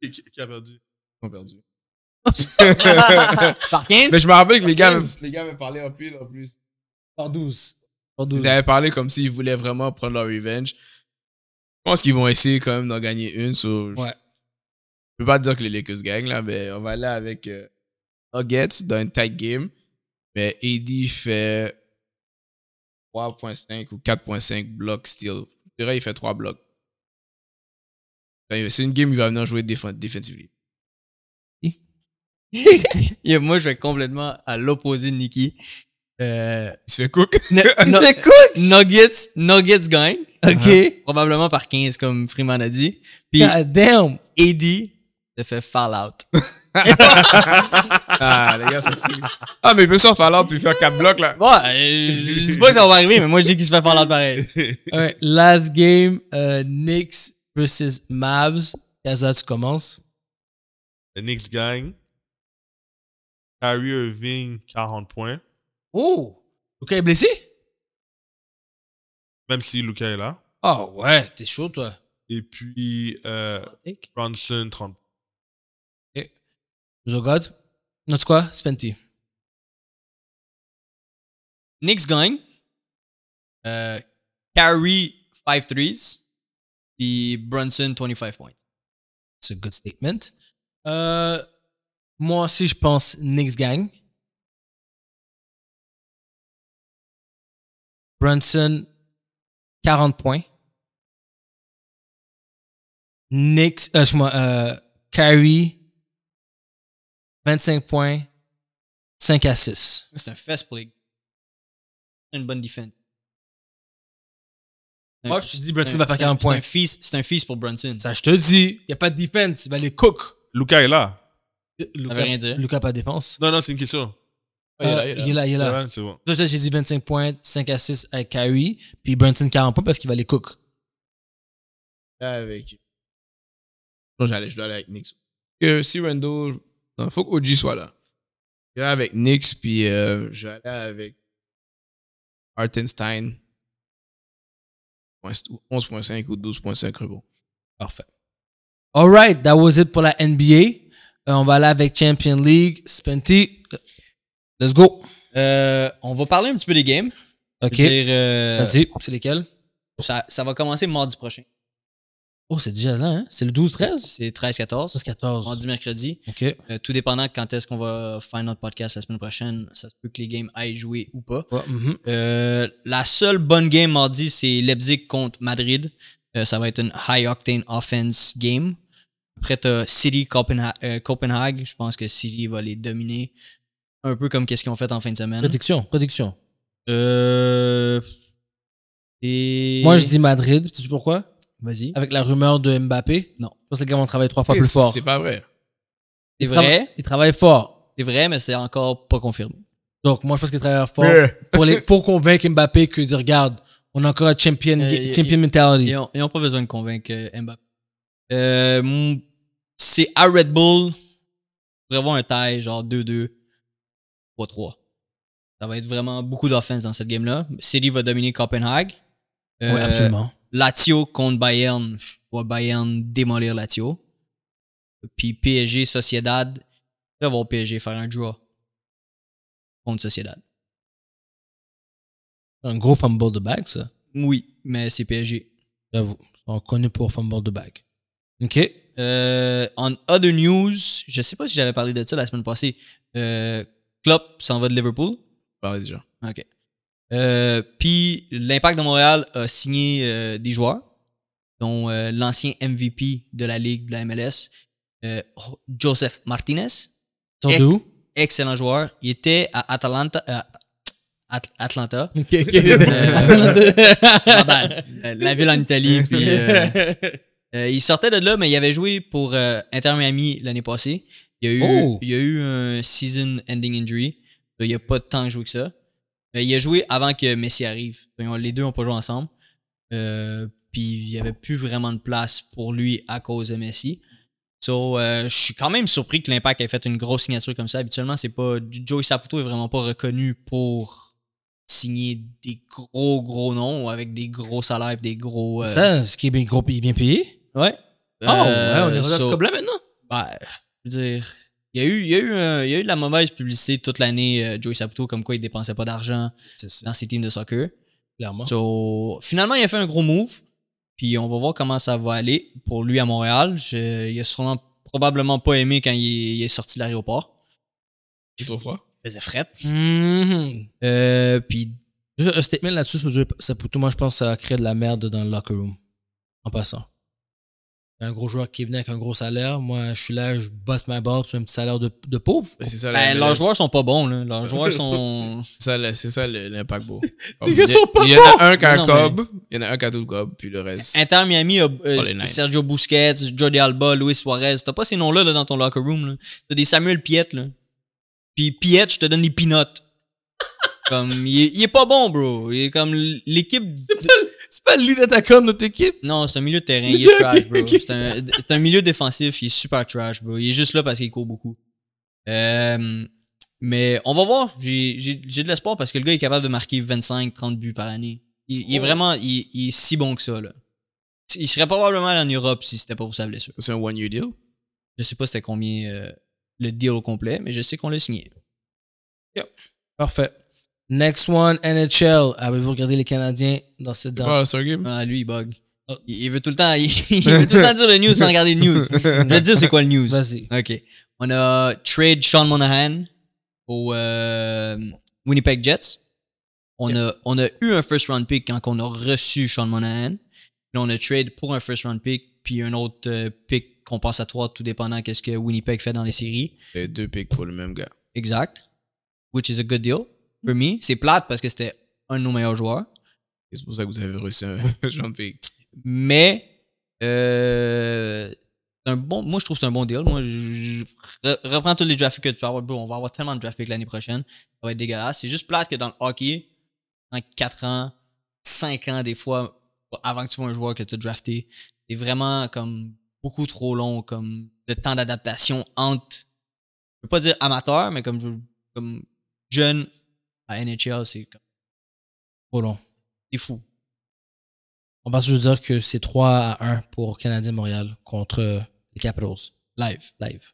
C: Qui, qui- qui a perdu
E: qu'ils
D: *laughs*
E: ont perdu. *laughs*
D: Par 15?
E: Mais je me rappelle que les gars,
D: Quinze.
E: les gars avaient parlé en pile en plus.
B: Par 12. Par 12. *laughs*
E: Ils avaient parlé comme s'ils voulaient vraiment prendre leur revenge. Je pense qu'ils vont essayer quand même d'en gagner une. so je-
B: Ouais.
E: Je peux pas dire que les Lakers gagnent là, mais on va aller avec euh, Nuggets dans une tight game. Mais AD fait 3.5 ou 4.5 blocs still. Je dirais il fait 3 blocs. Enfin, C'est une game où il va venir jouer défen- defensively.
D: Yeah, moi, je vais complètement à l'opposé de Nicky. Euh,
E: Il se fait cook.
D: nu- nu-
B: cool.
D: Nuggets, Nuggets gagne.
B: OK.
D: Probablement par 15, comme Freeman a dit. Puis,
B: God damn.
D: Eddie se fait fall out.
E: *laughs* ah, les gars, ça fout. Ah, mais il peut se faire l'autre puis faire 4 blocs là.
D: Bon, euh, je sais pas que ça va arriver, mais moi, je dis qu'il se fait fall out pareil.
B: All right, last game, euh, Knicks versus Mavs. Kaza, tu commences.
C: Les Knicks gagnent. Kyrie Irving, 40 points.
B: Oh! Luca est blessé?
C: Même si Luca est là.
B: Oh ouais, t'es chaud, toi.
C: Et puis, euh, Bronson, 30 points.
B: Zogod? Non, tu quoi? Spenty.
D: Knicks gagne. Euh, Carry 5 threes. Puis Brunson 25 points.
B: C'est un good statement. Euh, moi aussi, je pense Knicks gang. Brunson, 40 points. Knicks, euh, excuse-moi, euh, Kyrie, 25 points, 5 à 6.
D: C'est un fast play. Une bonne défense.
B: Moi, je te dis, Brunson
D: C'est un-
B: va faire
D: c'est un-
B: 40 points.
D: C'est un feast- c'est un feast pour Brunson. Ça
B: Ça, je te dis, il n'y a pas de defense, il va les cook.
C: Luca est là.
D: veut rien dire.
B: Lucas, pas de dépense.
C: Non, non, c'est une question.
E: il est là,
B: Euh,
E: Ah, il est là.
B: il est là, il est là.
C: Ouais, c'est bon.
B: Toi, toi, j'ai dit 25 points, 5 à 6 avec Kyrie, puis Brunson 40 points parce qu'il va les cook.
E: avec. Non, j'allais, je dois aller avec Nix. Euh, si Randall. Non, faut qu'OG soit là. Je vais aller avec Nix, puis euh, je vais aller avec Artenstein. 11.5 ou 12.5 rebonds.
B: Parfait. All right, that was it pour la NBA. Euh, on va aller avec Champion League, Spenty. Let's go.
D: Euh, on va parler un petit peu des games.
B: OK.
D: Je veux dire, euh,
B: Vas-y, c'est lesquels?
D: ça, ça va commencer mardi prochain.
B: Oh, c'est déjà là, hein? C'est le 12-13?
D: C'est 13-14.
B: 13-14.
D: Mardi, mercredi.
B: OK.
D: Euh, tout dépendant quand est-ce qu'on va faire notre podcast la semaine prochaine. Ça se peut que les games aillent jouer ou pas.
B: Ouais, mhm.
D: Euh, la seule bonne game mardi, c'est Leipzig contre Madrid. Euh, ça va être une high octane offense game. Après, t'as City Copenha- euh, Copenhague. Je pense que City va les dominer. Un peu comme qu'est-ce qu'ils ont fait en fin de semaine.
B: Prédiction, prédiction.
D: Euh, et...
B: Moi, je dis Ah, Madrid. Tu sais pourquoi?
D: Vas-y.
B: Avec la rumeur de Mbappé.
D: Non.
B: Je pense que les gars vont travailler trois fois
E: Et
B: plus fort.
E: C'est pas vrai.
D: C'est
B: Ils trava-
D: vrai.
B: Ils travaillent fort.
D: C'est vrai, mais c'est encore pas confirmé.
B: Donc, moi, je pense qu'ils travaillent fort.
E: Euh,
B: pour, les, pour convaincre Mbappé que dire, regarde, on a encore un champion,
D: Euh, y-
B: champion
D: y-
B: mentality.
D: Ils ont, ils ont pas besoin de convaincre euh, Mbappé. Euh, mon- c'est à Red Bull. Je pourrais avoir un taille, genre 2-2, 3-3. Ça va être vraiment beaucoup d'offense dans cette game-là. City va dominer Copenhague. Euh,
B: oui, absolument.
D: Lazio contre Bayern. Je vois Bayern démolir Lazio. Puis PSG, Sociedad. Je vais voir PSG faire un draw contre Sociedad.
B: Un gros fumble de bague, ça.
D: Oui, mais c'est PSG.
B: J'avoue. Ils sont connus pour fumble de bague. OK.
D: Euh, en other news, je sais pas si j'avais parlé de ça la semaine passée. Euh, Klopp s'en va de Liverpool.
E: parlez déjà.
D: OK. Euh, Puis l'Impact de Montréal a signé euh, des joueurs, dont euh, l'ancien MVP de la Ligue de la MLS, euh, Joseph Martinez. *laughs*
B: Ils sont de où?
D: Excellent joueur. Il était à Atalanta, à euh, At- Atlanta.
B: Ok, ok. *laughs*
D: Ah ben, euh, la ville en Italie. Puis, euh, euh, il sortait de là, mais il avait joué pour euh, Inter Miami l'année passée. Il y a eu,
B: Oh.
D: il y a eu un season-ending injury. Donc, Il n'y a pas de temps joué que ça. Euh, il a joué avant que Messi arrive. Donc, ils ont- les deux n'ont pas joué ensemble. Euh, puis il n'y avait plus vraiment de place pour lui à cause de Messi. So, euh, je suis quand même surpris que l'Impact ait fait une grosse signature comme ça. Habituellement, c'est pas Joey Saputo est vraiment pas reconnu pour signer des gros gros noms avec des gros salaires et des gros euh,
B: Ça, ce qui est bien, gros, il est bien payé.
D: Ouais.
B: Oh, ouais, on est rendu à ce
D: Euh, so-
B: problème maintenant.
D: ben, je veux dire, il y a eu, il y a eu, euh, il y a eu de la mauvaise publicité toute l'année, euh, Joey Saputo, comme quoi il dépensait pas d'argent
B: C'est ça,
D: dans ses teams de soccer.
B: clairement.
D: So, finalement, il a fait un gros move. Puis on va voir comment ça va aller pour lui à Montréal. Je- il a sûrement probablement pas aimé quand il, est- il est sorti de l'aéroport.
E: Il est trop froid.
D: Il faisait fret.
B: Mhm.
D: Euh, puis
B: Juste un statement là-dessus sur Joey Saputo. Moi, je pense que ça crée de la merde dans le locker room. En passant. Un gros joueur qui venait avec un gros salaire. Moi, je suis là, je bosse ma barre, tu as un petit salaire de, de pauvre.
E: Ben, C'est ça, la
D: ben,
E: MLS.
D: leurs joueurs sont pas bons. Là.
B: *laughs*
D: Leurs joueurs sont.
E: C'est ça, le- c'est ça le- l'impact
D: *laughs*
E: beau.
B: Les gars
E: Il y-
B: sont pas
E: Il y en a un qui a
D: Non,
E: un
D: mais-
E: cob, il y en a un qui a tout le cob, puis le reste.
D: Inter Miami, a, euh,
E: Oh, les Knights.
D: Sergio Busquets, Jordi Alba, Luis Suarez. T'as pas ces noms-là là, dans ton locker room. là. T'as des Samuel Piet. Là. Puis Piet, je te donne des peanuts. comme, il est, il est pas bon, bro. Il est comme l'équipe.
B: C'est pas le lead attaquant de notre équipe.
D: Non, c'est un milieu de terrain. Il est trash, bro. C'est un, c'est un milieu défensif. Il est super trash, bro. Il est juste là parce qu'il court beaucoup. Euh, mais on va voir. J'ai j'ai- j'ai de l'espoir parce que le gars est capable de marquer 25, 30 buts par année. Il, il est vraiment, il, il est si bon que ça, là. Il serait probablement allé en Europe si c'était pas pour sa blessure.
E: C'est un one-year deal.
D: Je sais pas c'était combien euh, le deal au complet, mais je sais qu'on l'a signé.
B: Parfait. Next one, NHL. Avez-vous regardé les Canadiens dans cette dernière?
E: Ah, c'est un game.
D: Ah, lui, il bug.
B: Oh.
D: Il, il veut tout le temps, *laughs* il, il veut tout le temps dire le news sans regarder le news. Je vais te dire c'est quoi le news.
B: Vas-y.
D: OK. On a trade Sean Monahan au euh, Winnipeg Jets. On, a, on a eu un first round pick quand on a reçu Sean Monahan. Puis on a trade pour un first round pick, puis un autre euh, pick compensatoire, tout dépendant qu'est-ce que Winnipeg fait dans les séries.
E: T'as Ben, deux picks pour le même gars.
D: Exact. Which is a good deal for me. C'est plate parce que c'était un de nos meilleurs joueurs.
E: C'est pour ça que vous avez reçu un *laughs* jean pick.
D: Mais euh, c'est un bon, moi je trouve que c'est un bon deal. Moi, je, je- re- reprends tous les draft picks que tu peux avoir. Bro, on va avoir tellement de draft picks l'année prochaine. Ça va être dégueulasse. C'est juste plate que dans le hockey, en 4 ans, 5 ans des fois, avant que tu vois un joueur que tu as drafté, c'est vraiment comme beaucoup trop long, comme le temps d'adaptation entre, je veux pas dire amateur, mais comme, je- comme jeune à NHL, c'est comme-
B: Trop long.
D: c'est fou.
B: On pense juste dire que c'est 3 à 1 pour Canadien Montréal contre euh, les Capitals.
D: Live.
B: Live.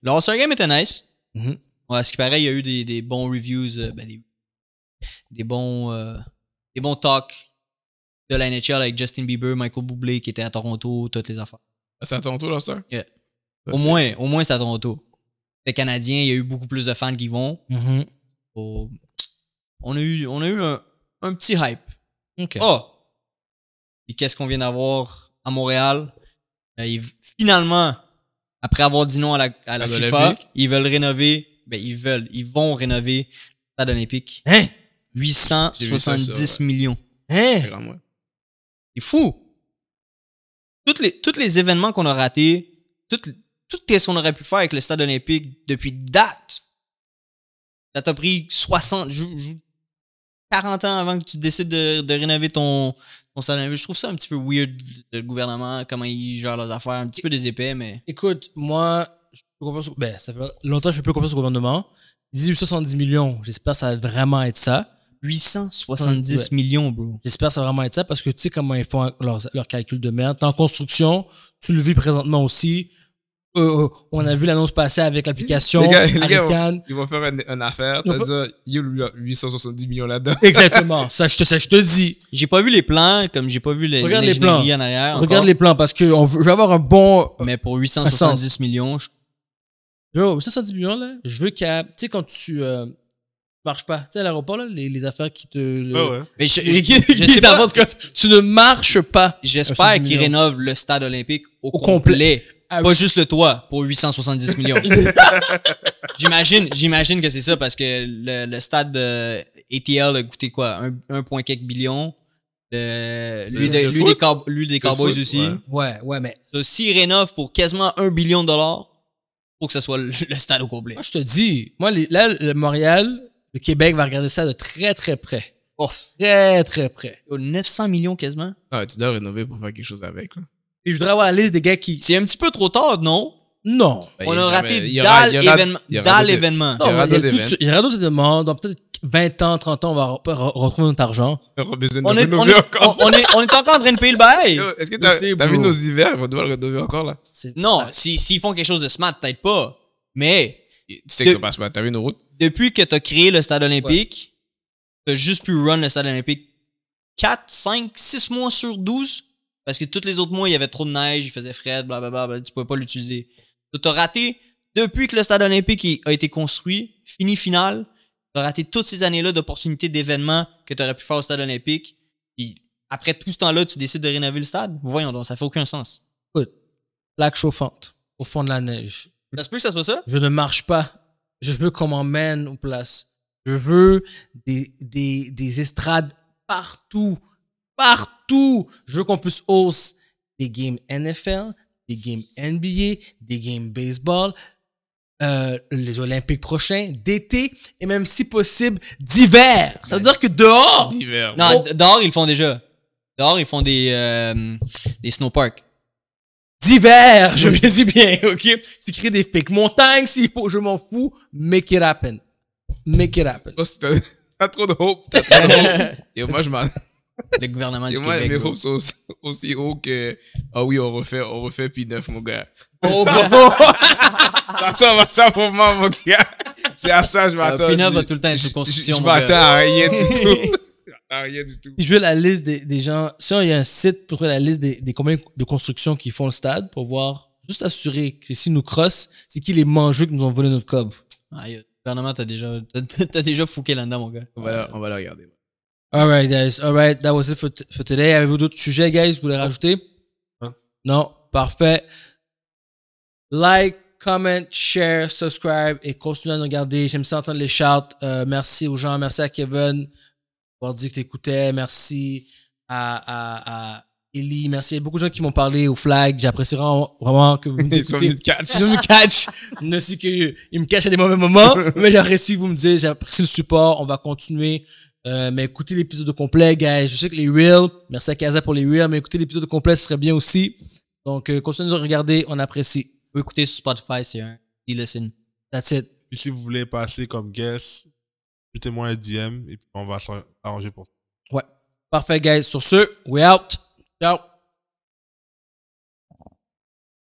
D: Le All-Star Game était nice.
B: Mhm.
D: Ouais, à ce qui paraît, il y a eu des, des bons reviews, euh, ben, des, des bons euh, des bons talks de la NHL avec Justin Bieber, Michael Bublé qui était à Toronto, toutes les affaires.
E: Ah, C'est à ton tour, Lobster?
D: Yeah.
E: Ça,
D: Au
E: c'est-
D: moins, au moins c'est à Toronto. Les Canadiens, il y a eu beaucoup plus de fans qui vont.
B: Mhm.
D: Au- On a eu, on a eu un, un petit hype.
B: OK.
D: Oh! Et qu'est-ce qu'on vient d'avoir à Montréal? Euh, ils- finalement, après avoir dit non à la, à la
E: À
D: FIFA,
E: l'Olympique.
D: ils veulent rénover. Ben, ils veulent, ils vont rénover le stade olympique.
B: Hein?
E: J'ai vu ça,
D: 870
E: ça,
D: millions.
B: Hein?
E: Grand moi.
D: C'est fou! Toutes les, tous les événements qu'on a ratés, toutes, tout ce qu'on aurait pu faire avec le stade olympique depuis date, ça t'a pris 60, jou- jou- 40 ans avant que tu décides de, de rénover ton, ton stade olympique. Je trouve ça un petit peu weird, le gouvernement, comment ils gèrent leurs affaires, un petit peu des épais, mais
B: Écoute, moi, je fais confiance au- ben, ça fait longtemps que je fais plus confiance au gouvernement. 1870 millions, j'espère que ça va vraiment être ça.
D: 870
B: Ouais.
D: millions, bro.
B: J'espère que ça va vraiment être ça parce que tu sais comment ils font leurs, leurs calculs de merde. T'es en construction, tu le vis présentement aussi. Euh, euh, on a vu l'annonce passer avec l'application,
E: Les gars, les gars,
B: Arican.
E: Ils vont faire une, une affaire,
B: Non,
E: c'est-à-dire, il y a 870 millions là-dedans.
B: Exactement, ça je, te, ça je te dis.
D: J'ai pas vu les plans, comme j'ai pas vu les,
B: Regarde les plans.
D: l'ingénierie en arrière.
B: Regarde
D: encore.
B: les plans parce que on veut, je veux avoir un bon. euh,
D: Mais pour
B: Un
D: 870
B: sens.
D: millions, je-
B: Yo, 810 millions là, je veux qu'à. Tu sais, quand tu euh, marches pas, tu sais, à l'aéroport, là, les, les affaires qui te.
C: Ouais, ouais.
D: mais je,
B: Et
D: je-
B: *laughs* qui,
D: je
B: qui
D: sais pas.
B: t'avance comme ça. Tu ne marches pas.
D: J'espère
B: 70
D: qu'ils
B: millions.
D: rénovent le stade olympique Ah, au,
B: Au
D: complet. Ah
B: complet.
D: Pas juste le toit pour 870 *laughs* millions. j'imagine, j'imagine que c'est ça parce que le, le stade de ATL a coûté quoi? Un, un point quelques billions. Le- lui,
E: Euh,
D: de-
C: Le
D: lui
C: foot?
D: des, Cow- lui des Cowboys
C: foot,
D: aussi.
C: ouais.
B: Ouais, ouais, mais
D: Ça, S'il rénove pour quasiment un billion de dollars, faut que ça soit le, le stade au complet.
B: moi, je te dis, moi, les- là, le Montréal, le Québec va regarder ça de très, très près.
D: Ouf.
B: Très, très près.
D: Yo, 900 millions quasiment.
E: *laughs* Ah, tu dois rénover pour faire quelque chose avec. Là.
B: Et je voudrais avoir la liste des gars qui.
D: C'est un petit peu trop tard, non?
B: Non.
E: Ben,
D: On
E: il y
D: a
E: aura-
D: raté
E: il y aura-
D: dalle
E: il y aura-
D: événement-
E: il y aura
D: dalle
E: d'autres-
D: événement.
E: Il y
B: Non,
E: aura
B: il y a
E: d'autres
B: tout-
E: événements.
B: il y aura d'autres demandes. Dans peut-être 20 ans, 30 ans, on va re- re- retrouver notre argent.
E: On aura besoin de
D: On est, on,
E: rénover
D: est,
E: encore.
D: on- on est, on est encore en train de payer le *laughs* bail.
E: Yo, Est-ce que
B: Je sais,
E: t'as t'as vu
B: bro.
E: nos hivers? On doit le rénover encore là.
B: C'est-
D: Non, si- s'ils font quelque chose de smart, peut-être pas. Mais
E: Tu sais que
D: De-
E: ça passe pas. T'as vu nos routes?
D: depuis que t'as créé le stade olympique, t'as juste pu run le stade olympique 4, 5, 6 mois sur 12 parce que tous les autres mois, il y avait trop de neige, il faisait frais, blablabla, bla, tu pouvais pas l'utiliser. Donc, T'as raté, depuis que le stade olympique il- a été construit, fini final, t'as raté toutes ces années-là d'opportunités, d'événements que t'aurais pu faire au stade olympique. Puis après tout ce temps-là, tu décides de rénover le stade? Voyons donc, ça fait aucun sens.
B: Plaque chauffante au fond de la neige.
D: Ça se peut que ça soit ça?
B: Je ne marche pas. Je veux qu'on m'emmène aux places. Je veux des, des, des estrades partout. Partout. Je veux qu'on puisse hausse des games NFL, des games NBA, des games baseball, euh, les Olympiques prochains, d'été et même si possible d'hiver. Ça veut dire que dehors,
E: D'hiver.
D: Non,
B: Oh.
D: d- dehors, ils le font déjà. Dehors, ils font des, euh, des snowparks.
B: d'hiver, je me dis bien, ok? Tu crées des fake montagnes s'il faut, je m'en fous. Make it happen. Make it happen.
E: Parce que *laughs* T'as t'as trop de hope. T'as trop de hope.
D: *laughs*
E: Yo, moi, je m'en-
D: Le gouvernement
E: yo,
D: du
E: moi,
D: Québec.
E: mes
D: bro.
E: hopes sont aussi- aussi hauts que. Ah oui, on refait, on refait, puis neuf, mon gars.
B: Oh, bravo!
E: Ça ressemble à ça pour moi, mon gars. C'est à ça, je m'attends.
D: Pinot
E: Je-
D: Euh, va tout le temps être
E: je-
D: sous construction,
E: Je je
D: mon gars.
E: m'attends à rien du tout. À rien du tout.
B: Puis je veux la liste des, des gens. Si il y a un site pour trouver la liste des, des combien de constructions qui font le stade pour voir, juste assurer que s'ils nous crossent, c'est qui les mangeux qui nous ont volé notre cob.
D: Ah, yo, le gouvernement, t'as déjà, *laughs* t'as- t'as déjà fouqué là-dedans, mon gars.
E: On va la- on va la regarder.
B: Alright, guys. Alright, that was it for, t- for today. Avez-vous d'autres sujets, guys, vous voulez rajouter?
C: Hein?
B: Non? Parfait. Like, comment, share, subscribe et continuez à nous regarder. J'aime ça entendre les shouts. Euh, merci aux gens. Merci à Kevin pour dire que t'écoutais. Merci à, à, à Ellie. Merci. Il y a beaucoup de gens qui m'ont parlé au flag. J'apprécie vraiment, vraiment que vous
E: *laughs* Ils sont venus
B: m'écoutez.
E: de catch.
B: Je me catch. Ne sais que il me cache à des mauvais moments, mais j'apprécie que vous me dites, j'apprécie le support. On va continuer. Euh, mais écoutez l'épisode au complet, guys. Je sais que les reels, merci à Kaza pour les reels, mais écoutez l'épisode au complet, ce serait bien aussi. Donc, euh, continuez de nous regarder, on apprécie.
D: Vous pouvez écouter sur Spotify, c'est un e-listen.
B: That's it.
C: Puis si vous voulez passer comme guest, mettez-moi un DM et puis on va s'arranger pour ça.
B: Parfait, guys. Sur ce, we out. Ciao.